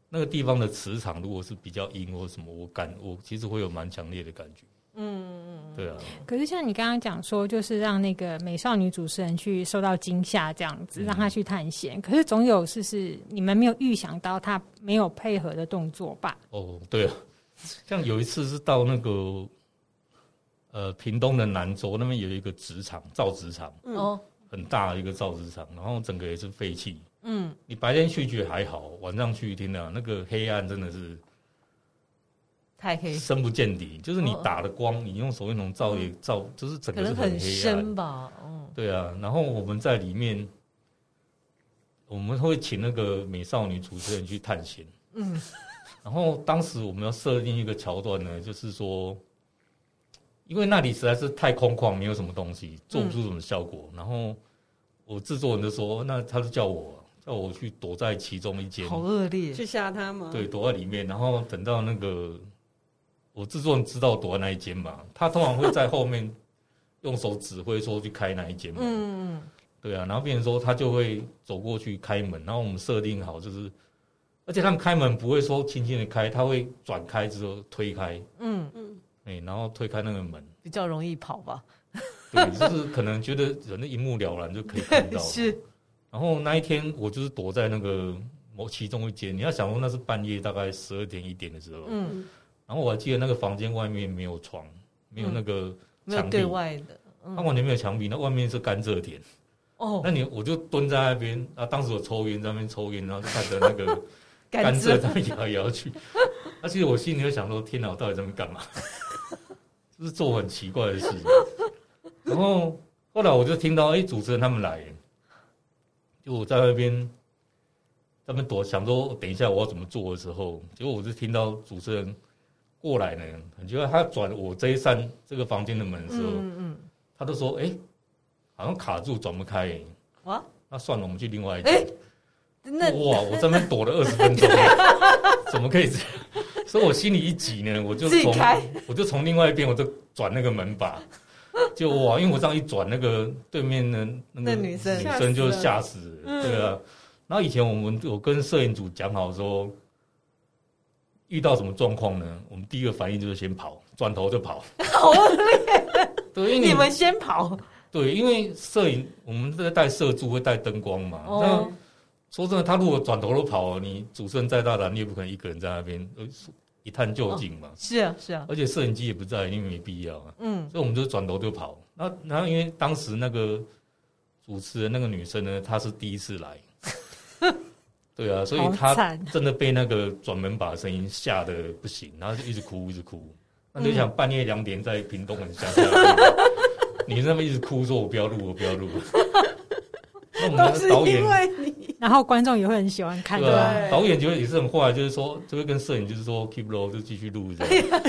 Speaker 3: 那个地方的磁场如果是比较阴或什么，我感我其实会有蛮强烈的感觉。
Speaker 2: 嗯，
Speaker 3: 对啊，
Speaker 1: 可是像你刚刚讲说，就是让那个美少女主持人去受到惊吓这样子，
Speaker 3: 嗯
Speaker 1: 让她去探险。可是总有是是你们没有预想到她没有配合的动作吧？
Speaker 3: 哦，对啊，像有一次是到那个呃屏东的南州那边有一个纸厂造纸厂，
Speaker 4: 嗯
Speaker 2: 哦，
Speaker 3: 很大的一个造纸厂，然后整个也是废弃。
Speaker 2: 嗯，
Speaker 3: 你白天去觉得还好，晚上去听啊，那个黑暗真的是
Speaker 2: 太黑，
Speaker 3: 深不见底，就是你
Speaker 2: 哦嗯
Speaker 3: 打的光，你用手电筒照也照，就是整
Speaker 2: 可
Speaker 3: 个是
Speaker 2: 能
Speaker 3: 很
Speaker 2: 很
Speaker 3: 黑暗
Speaker 2: 深。吧，嗯，
Speaker 3: 对啊，然后我们在里面，我们会请那个美少女主持人去探险。
Speaker 2: 嗯，
Speaker 3: 然后当时我们要设定一个桥段呢，就是说，因为那里实在是太空旷，没有什么东西，做不出什么效果。
Speaker 2: 嗯
Speaker 3: 然后我制作人就说，那他就叫我叫我去躲在其中一间，
Speaker 2: 好恶劣，
Speaker 4: 去吓他
Speaker 2: 嗯
Speaker 4: 吗？
Speaker 3: 对，，躲在里面，然后等到那个我制作人知道躲在那一间嘛，他通常会在 后面用手指挥说去开那一间门，
Speaker 2: 嗯，嗯
Speaker 3: 对啊，然后变成说他就会走过去开门，然后我们设定好就是，而且他们开门不会说轻轻的开，他会转开之后推开，
Speaker 2: 嗯，
Speaker 4: 嗯，
Speaker 3: 哎、然后推开那个门，
Speaker 2: 比较容易跑吧，
Speaker 3: 对，就是可能觉得人的一目了然就可以看到。
Speaker 2: 是，
Speaker 3: 然后那一天我就是躲在那个某其中一间，你要想说那是半夜大概十二点一点的时候，
Speaker 2: 嗯，
Speaker 3: 然后我还记得那个房间外面没有床，没有那个
Speaker 2: 嗯没有
Speaker 3: 墙壁，
Speaker 2: 对外的，
Speaker 3: 它完全没有墙壁，那外面是甘蔗田。
Speaker 2: 哦，
Speaker 3: 那你我就蹲在那边啊，当时我抽烟在那边抽烟，然后就看着那个甘
Speaker 2: 感
Speaker 3: 蔗
Speaker 2: 知
Speaker 3: 在那边摇来摇去。那、其实我心里就想说，天哪，我到底在那边干嘛？ 就是做很奇怪的事情。然后后来我就听到，哎、主持人他们来，就我在那边他们躲，想说等一下我要怎么做的时候，结果我就听到主持人过来呢，很奇怪，他转我这一扇这个房间的门的时候，
Speaker 2: 嗯
Speaker 3: 他就说：“哎、好像卡住，转不开、
Speaker 2: 哇，
Speaker 3: 那算了，我们去另外 一
Speaker 2: 哎
Speaker 3: 间。
Speaker 2: 嗯，那
Speaker 3: 哇，我在那边躲了二十 分钟，怎么可以这样？所以我心里一急呢，我就
Speaker 2: 自己
Speaker 3: 从
Speaker 2: 开
Speaker 3: 我就从另外一边，我就转那个门把，就哇，因为我这样一转，那个对面的那
Speaker 2: 那
Speaker 3: 个
Speaker 2: 女生嗯
Speaker 3: 女生就吓
Speaker 4: 吓
Speaker 3: 死了，对啊。然后以前我们我跟摄影组讲好说，遇到什么状况呢，我们第一个反应就是先跑，转头就跑。
Speaker 2: 好
Speaker 3: 对，因为
Speaker 2: 你们先跑
Speaker 3: 对，因为摄影我们这个带摄助会带灯光嘛，那
Speaker 2: 哦，
Speaker 3: 说真的，他如果转头都跑，你主持人再大胆，你也不可能一个人在那边呃一探究竟嘛。
Speaker 2: 是啊是啊，
Speaker 3: 而且摄影机也不在，因为没必要啊。
Speaker 2: 嗯
Speaker 3: 所以我们就转头就跑。那然后因为当时那个主持人那个女生呢，她是第一次来，对啊，所以
Speaker 1: 好
Speaker 3: 她
Speaker 1: 惨
Speaker 3: 真的被那个转门把的声音吓得不行，然后就一直哭一直哭。那就想半夜两点在屏东很乡下， 你那边一直哭说我不要录，我不要录。那我们
Speaker 4: 都
Speaker 3: 的
Speaker 4: 是
Speaker 3: 导演
Speaker 4: 因为你
Speaker 1: 然后观众也会很喜欢看
Speaker 3: 对
Speaker 1: 的。
Speaker 3: 啊，导演觉得也是很坏，就是说就会跟摄影就是说 keep low 就继续录这 样，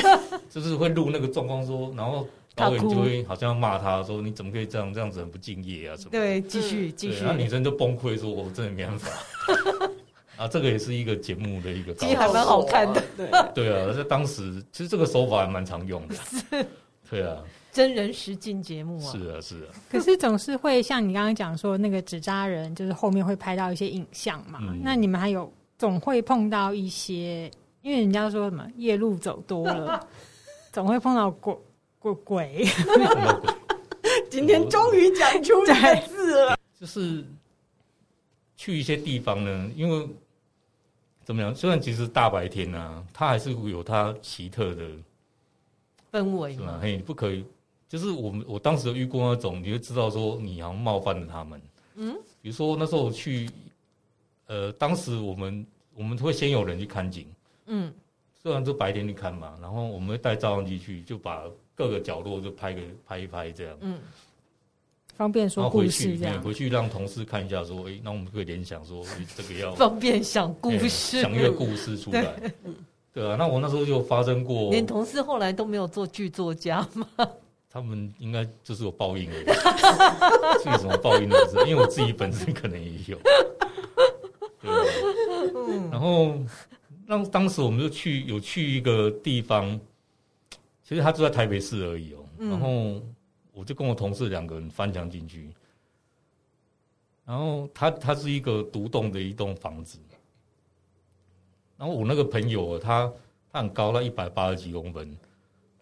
Speaker 3: 就是会录那个状况说，然后导演就会好像骂他说你怎么可以这样，这样子很不敬业啊什么的。
Speaker 2: 对，继续继
Speaker 3: 对，啊
Speaker 2: 续
Speaker 3: 然，后女生就崩溃说我真的没办法。 啊，这个也是一个节目的一个高
Speaker 2: 其实还
Speaker 3: 潮。
Speaker 2: 蛮好看的，
Speaker 4: 对，
Speaker 3: 对啊，在当时其实这个手法还蛮常 用的。对啊，
Speaker 2: 真人实境节目啊，
Speaker 3: 是啊，是啊，
Speaker 1: 可是总是会像你刚刚讲说，那个纸扎人就是后面会拍到一些影像嘛。
Speaker 3: 嗯
Speaker 1: 那你们还有总会碰到一些，因为人家说什么夜路走多 了，总会碰到鬼鬼鬼。
Speaker 4: 今天终于讲出这个字了，
Speaker 3: 就是去一些地方呢，因为怎么样？虽然其实大白天啊，它还是有它奇特的，
Speaker 2: 氛围
Speaker 3: 是吧？嘿，不可以。就是我们我当时有遇过那种，你就知道说你好像冒犯了他们。嗯，比如说那时候我去，呃，当时我们我们会先有人去看景，
Speaker 2: 嗯，
Speaker 3: 虽然都白天去看嘛，然后我们会带照相机去，就把各个角落就拍个拍一拍这样。
Speaker 2: 嗯，
Speaker 1: 方便
Speaker 3: 然
Speaker 1: 说
Speaker 3: 后
Speaker 1: 故
Speaker 3: 回
Speaker 1: 事
Speaker 3: 去，
Speaker 1: 这
Speaker 3: 对
Speaker 1: 样。
Speaker 3: 回去让同事看一下，说，诶，那我们可以联想说，诶这个 要
Speaker 2: 方便想故
Speaker 3: 哎
Speaker 2: 事，
Speaker 3: 想一个故事出来。对啊，那我那时候就发生过，
Speaker 2: 连同事后来都没有做剧作家嘛，
Speaker 3: 他们应该就是有报应而已， 是有什么报应都不知道，因为我自己本身可能也有。对啊、
Speaker 4: 嗯
Speaker 3: 然后让当时我们就去有去一个地方，其实他就在台北市而已哦、然后我就跟我同事两个人翻墙进去，然后他他是一个独栋的一栋房子，然后我那个朋友哦他他很高，他一百八十几公分。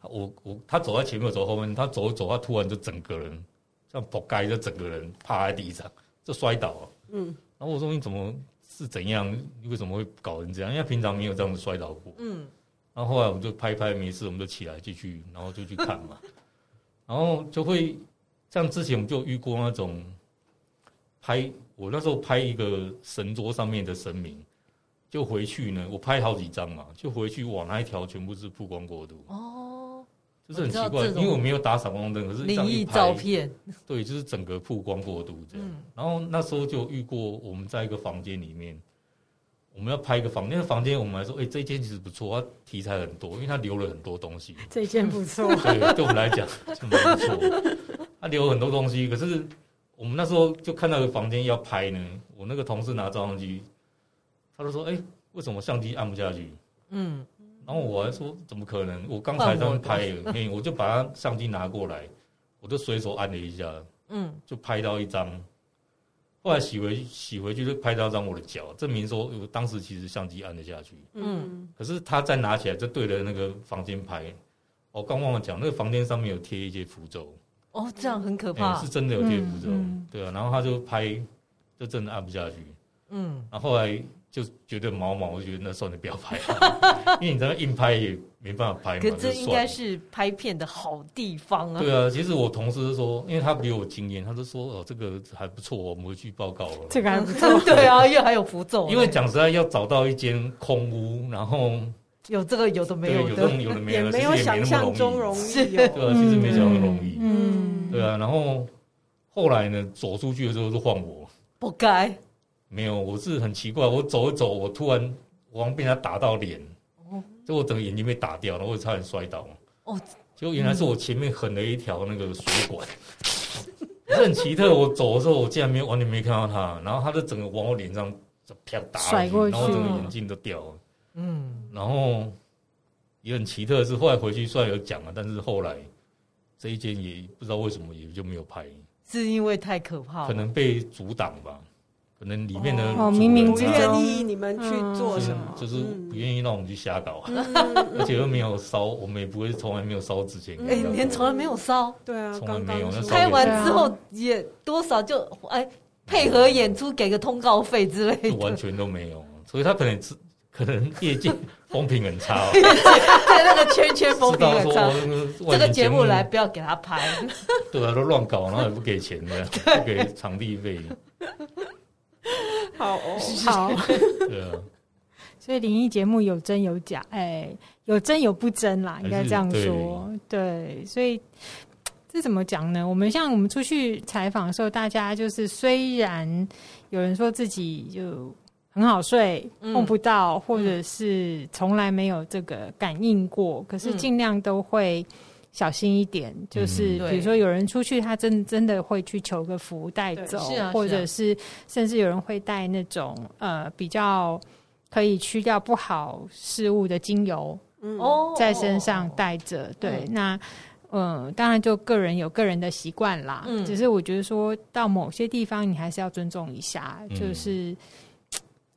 Speaker 3: 他我我他走在前面，我走在后面，他走一走，他突然就整个人像扑街，就整个人趴在地上，就摔倒了。嗯，然后我说你怎么是怎样？你为什么会搞成这样？因为平常没有这样子摔倒过。
Speaker 2: 嗯，
Speaker 3: 然后后来我们就拍拍没事，我们就起来继续，然后就去看嘛。 然后就会像之前我们就遇过那种拍，我那时候拍一个神桌上面的神明，就回去呢，我拍好几张嘛，就回去往那一条全部是曝光过度。
Speaker 2: 哦，
Speaker 3: 就是很奇
Speaker 2: 我知道
Speaker 3: 怪，
Speaker 2: 这种
Speaker 3: 因为我没有打闪光灯，可是这
Speaker 2: 灵
Speaker 3: 样
Speaker 2: 异
Speaker 3: 一
Speaker 2: 照
Speaker 3: 拍，
Speaker 2: 片，
Speaker 3: 对，就是整个曝光过度这样。
Speaker 2: 嗯
Speaker 3: 然后那时候就遇过，我们在一个房间里面，我们要拍一个房，那个房间我们还说，哎、这间其实不错，它题材很多，因为它留了很多东西。
Speaker 1: 这件不错，
Speaker 3: 对，对我们来讲就没错，它留了很多东西。可是我们那时候就看到有房间要拍呢，我那个同事拿照相机，他就说，哎、为什么相机按不下去？
Speaker 2: 嗯，
Speaker 3: 然后我还说怎么可能？我刚才他们拍了，嘿，我就把他相机拿过来，我就随手按了一下，
Speaker 2: 嗯，
Speaker 3: 就拍到一张。后来洗回洗回去就拍到一张我的脚，证明说我当时其实相机按了下去。
Speaker 2: 嗯
Speaker 4: 嗯，
Speaker 3: 可是他再拿起来就对着那个房间拍。我刚忘了讲，那个房间上面有贴一些符咒，
Speaker 2: 哦，这样很可
Speaker 3: 哎、
Speaker 2: 怕
Speaker 3: 是，真的有贴符咒，
Speaker 1: 嗯嗯
Speaker 3: 对啊。然后他就拍，就真的按不下去。
Speaker 2: 嗯，
Speaker 3: 然后后来就觉得毛毛，我就觉得那算了，不要 拍了，因为你在那硬拍也没办法拍嘛，
Speaker 2: 可
Speaker 3: 就
Speaker 2: 这
Speaker 3: 算
Speaker 2: 应该
Speaker 3: 了
Speaker 2: 是拍片的好地方啊，
Speaker 3: 对啊，其实我同事就说，因为他比我有经验，他就说哦，这个还不错，我们回去报告了。
Speaker 1: 这个还不错。
Speaker 2: 对啊，因为还有符咒，
Speaker 3: 因为讲实在，要找到一间空屋，然后
Speaker 2: 有这个有的没
Speaker 3: 对
Speaker 2: 有
Speaker 3: 有这
Speaker 2: 的，
Speaker 3: 种有的没
Speaker 4: 也
Speaker 3: 有的，
Speaker 4: 没
Speaker 3: 其
Speaker 4: 有
Speaker 3: 实也没
Speaker 4: 想
Speaker 3: 那
Speaker 4: 象
Speaker 3: 么
Speaker 4: 中
Speaker 3: 容
Speaker 4: 容
Speaker 3: 易。
Speaker 4: 易
Speaker 3: 对
Speaker 4: 有，
Speaker 3: 啊，其实没想那么容易。
Speaker 1: 嗯，
Speaker 3: 对啊，然后后来呢，走出去的时候就换我，
Speaker 2: 不该，
Speaker 3: 没有，我是很奇怪，我走一走，我突然我好像被他打到脸，就我整个眼睛被打掉，然后我差点摔倒。
Speaker 2: 哦，
Speaker 3: 就原来是我前面横了一条那个水管，这很奇特。我走的时候，我竟然没有完全没看到他，然后他就整个往我脸上就啪打下
Speaker 1: 甩过去
Speaker 3: 然后整个眼镜都掉了。嗯，然后也很奇特的是，后来回去虽然有讲了，啊但是后来这一间也不知道为什么也就没有拍。
Speaker 2: 是因为太可怕了，
Speaker 3: 可能被阻挡吧，可能里面的
Speaker 1: 哦
Speaker 3: 主
Speaker 1: 冥冥
Speaker 3: 人
Speaker 4: 不
Speaker 1: 之
Speaker 3: 啊
Speaker 1: 中
Speaker 4: 愿意你们去做
Speaker 3: 就是
Speaker 4: 什么，
Speaker 3: 就是
Speaker 4: 嗯
Speaker 3: 不愿意让我们去瞎搞，
Speaker 4: 嗯
Speaker 3: 而且又没有烧，我们也不会从来没有烧纸钱给
Speaker 2: 哎、
Speaker 3: 人家
Speaker 4: 嗯
Speaker 3: 过。
Speaker 2: 连从来没有烧，
Speaker 4: 对啊，
Speaker 3: 从来
Speaker 4: 刚
Speaker 3: 没有
Speaker 4: 刚
Speaker 3: 那
Speaker 4: 说
Speaker 3: 稍微
Speaker 2: 拍完
Speaker 1: 对啊
Speaker 2: 之后也多少就哎配合演出给个通告费之类
Speaker 3: 是
Speaker 2: 的，
Speaker 3: 完全都没有，所以他可能是可能业界风评 很差哦，
Speaker 2: 在那个圈圈风
Speaker 3: 知
Speaker 2: 评
Speaker 3: 道
Speaker 2: 很
Speaker 3: 说
Speaker 2: 差。
Speaker 3: 哦那
Speaker 2: 这
Speaker 3: 外
Speaker 2: 个
Speaker 3: 景
Speaker 2: 节目
Speaker 3: 目
Speaker 2: 来不要给他 拍，
Speaker 3: 对啊，都乱搞，然后也不给钱 的，不给场地费，
Speaker 4: 好哦，
Speaker 1: 好，
Speaker 3: 对啊，
Speaker 1: 所以灵异节目有真有假，哎，有真有不真啦，应该这样说。对，所以这怎么讲呢？我们像我们出去采访的时候，大家就是虽然有人说自己就很好睡，
Speaker 2: 嗯
Speaker 1: 碰不到，或者是从来没有这个感应过，可是
Speaker 2: 嗯
Speaker 1: 尽量都会。小心一点，就是
Speaker 3: 嗯
Speaker 2: 对
Speaker 1: 比如说有人出去，他真真的会去求个福带
Speaker 4: 对
Speaker 1: 走，
Speaker 2: 是啊
Speaker 1: 或
Speaker 2: 是啊
Speaker 1: 者是甚至有人会带那种呃比较可以去掉不好事物的精油
Speaker 4: 嗯
Speaker 2: 哦，
Speaker 1: 在身上 带着。对，那嗯，当然就个人有个人的习惯啦。
Speaker 2: 嗯
Speaker 1: 只是我觉得说到某些地方，你还是要尊重一下，
Speaker 3: 嗯
Speaker 1: 就是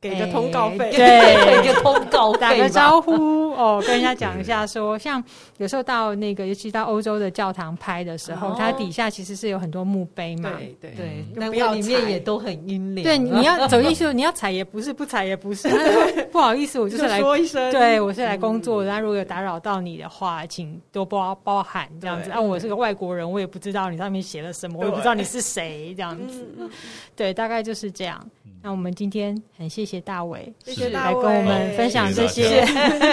Speaker 4: 给个通告费，
Speaker 1: 对，
Speaker 2: 给个通告费吧，
Speaker 1: 打个招呼 哦，跟人家讲一下说，像有时候到那个，尤其到欧洲的教堂拍的时候，
Speaker 2: 哦
Speaker 1: 它底下其实是有很多墓碑嘛。
Speaker 4: 对对
Speaker 2: 对，
Speaker 3: 嗯
Speaker 2: 那
Speaker 4: 不要
Speaker 2: 里
Speaker 4: 踩
Speaker 2: 面也都很阴凉。啊
Speaker 1: 对，你要走进去，你要踩也不是，不踩也不是。不好意思，我就是来
Speaker 4: 说一声，
Speaker 1: 对，我是来工作的。那、如果有打扰到你的话，请多包包涵这样子。
Speaker 4: 对
Speaker 1: 啊，我是个外国人，我也不知道你上面写了什么，我也不知道你是谁这样子。
Speaker 4: 嗯，嗯
Speaker 1: 对，大概就是这样。那我们今天很谢谢大伟
Speaker 4: 谢
Speaker 3: 是
Speaker 4: 谢大
Speaker 1: 来
Speaker 4: 卫
Speaker 1: 跟我们分享这些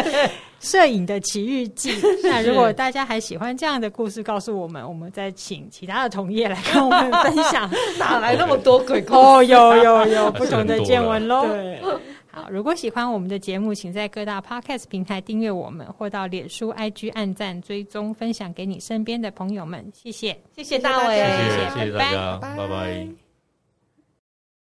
Speaker 1: 摄影的奇遇记。那如果大家还喜欢这样的故事，告诉我们，我们再请其他的同业来跟我们分享。
Speaker 2: 哪来那么多鬼故事？
Speaker 1: 哦，有有有
Speaker 3: 还
Speaker 1: 不
Speaker 3: 是
Speaker 1: 同
Speaker 3: 很
Speaker 1: 的
Speaker 3: 多
Speaker 1: 见
Speaker 3: 啦
Speaker 1: 闻喽。
Speaker 4: 对，
Speaker 1: 好，如果喜欢我们的节目，请在各大 podcast 平台订阅我们，或到脸书、IG 按赞、追踪、分享给你身边的朋友们。谢谢。
Speaker 2: 谢谢大伟，
Speaker 4: 谢
Speaker 3: 谢谢
Speaker 4: 谢
Speaker 3: 谢谢大家，
Speaker 4: 拜
Speaker 3: 拜拜。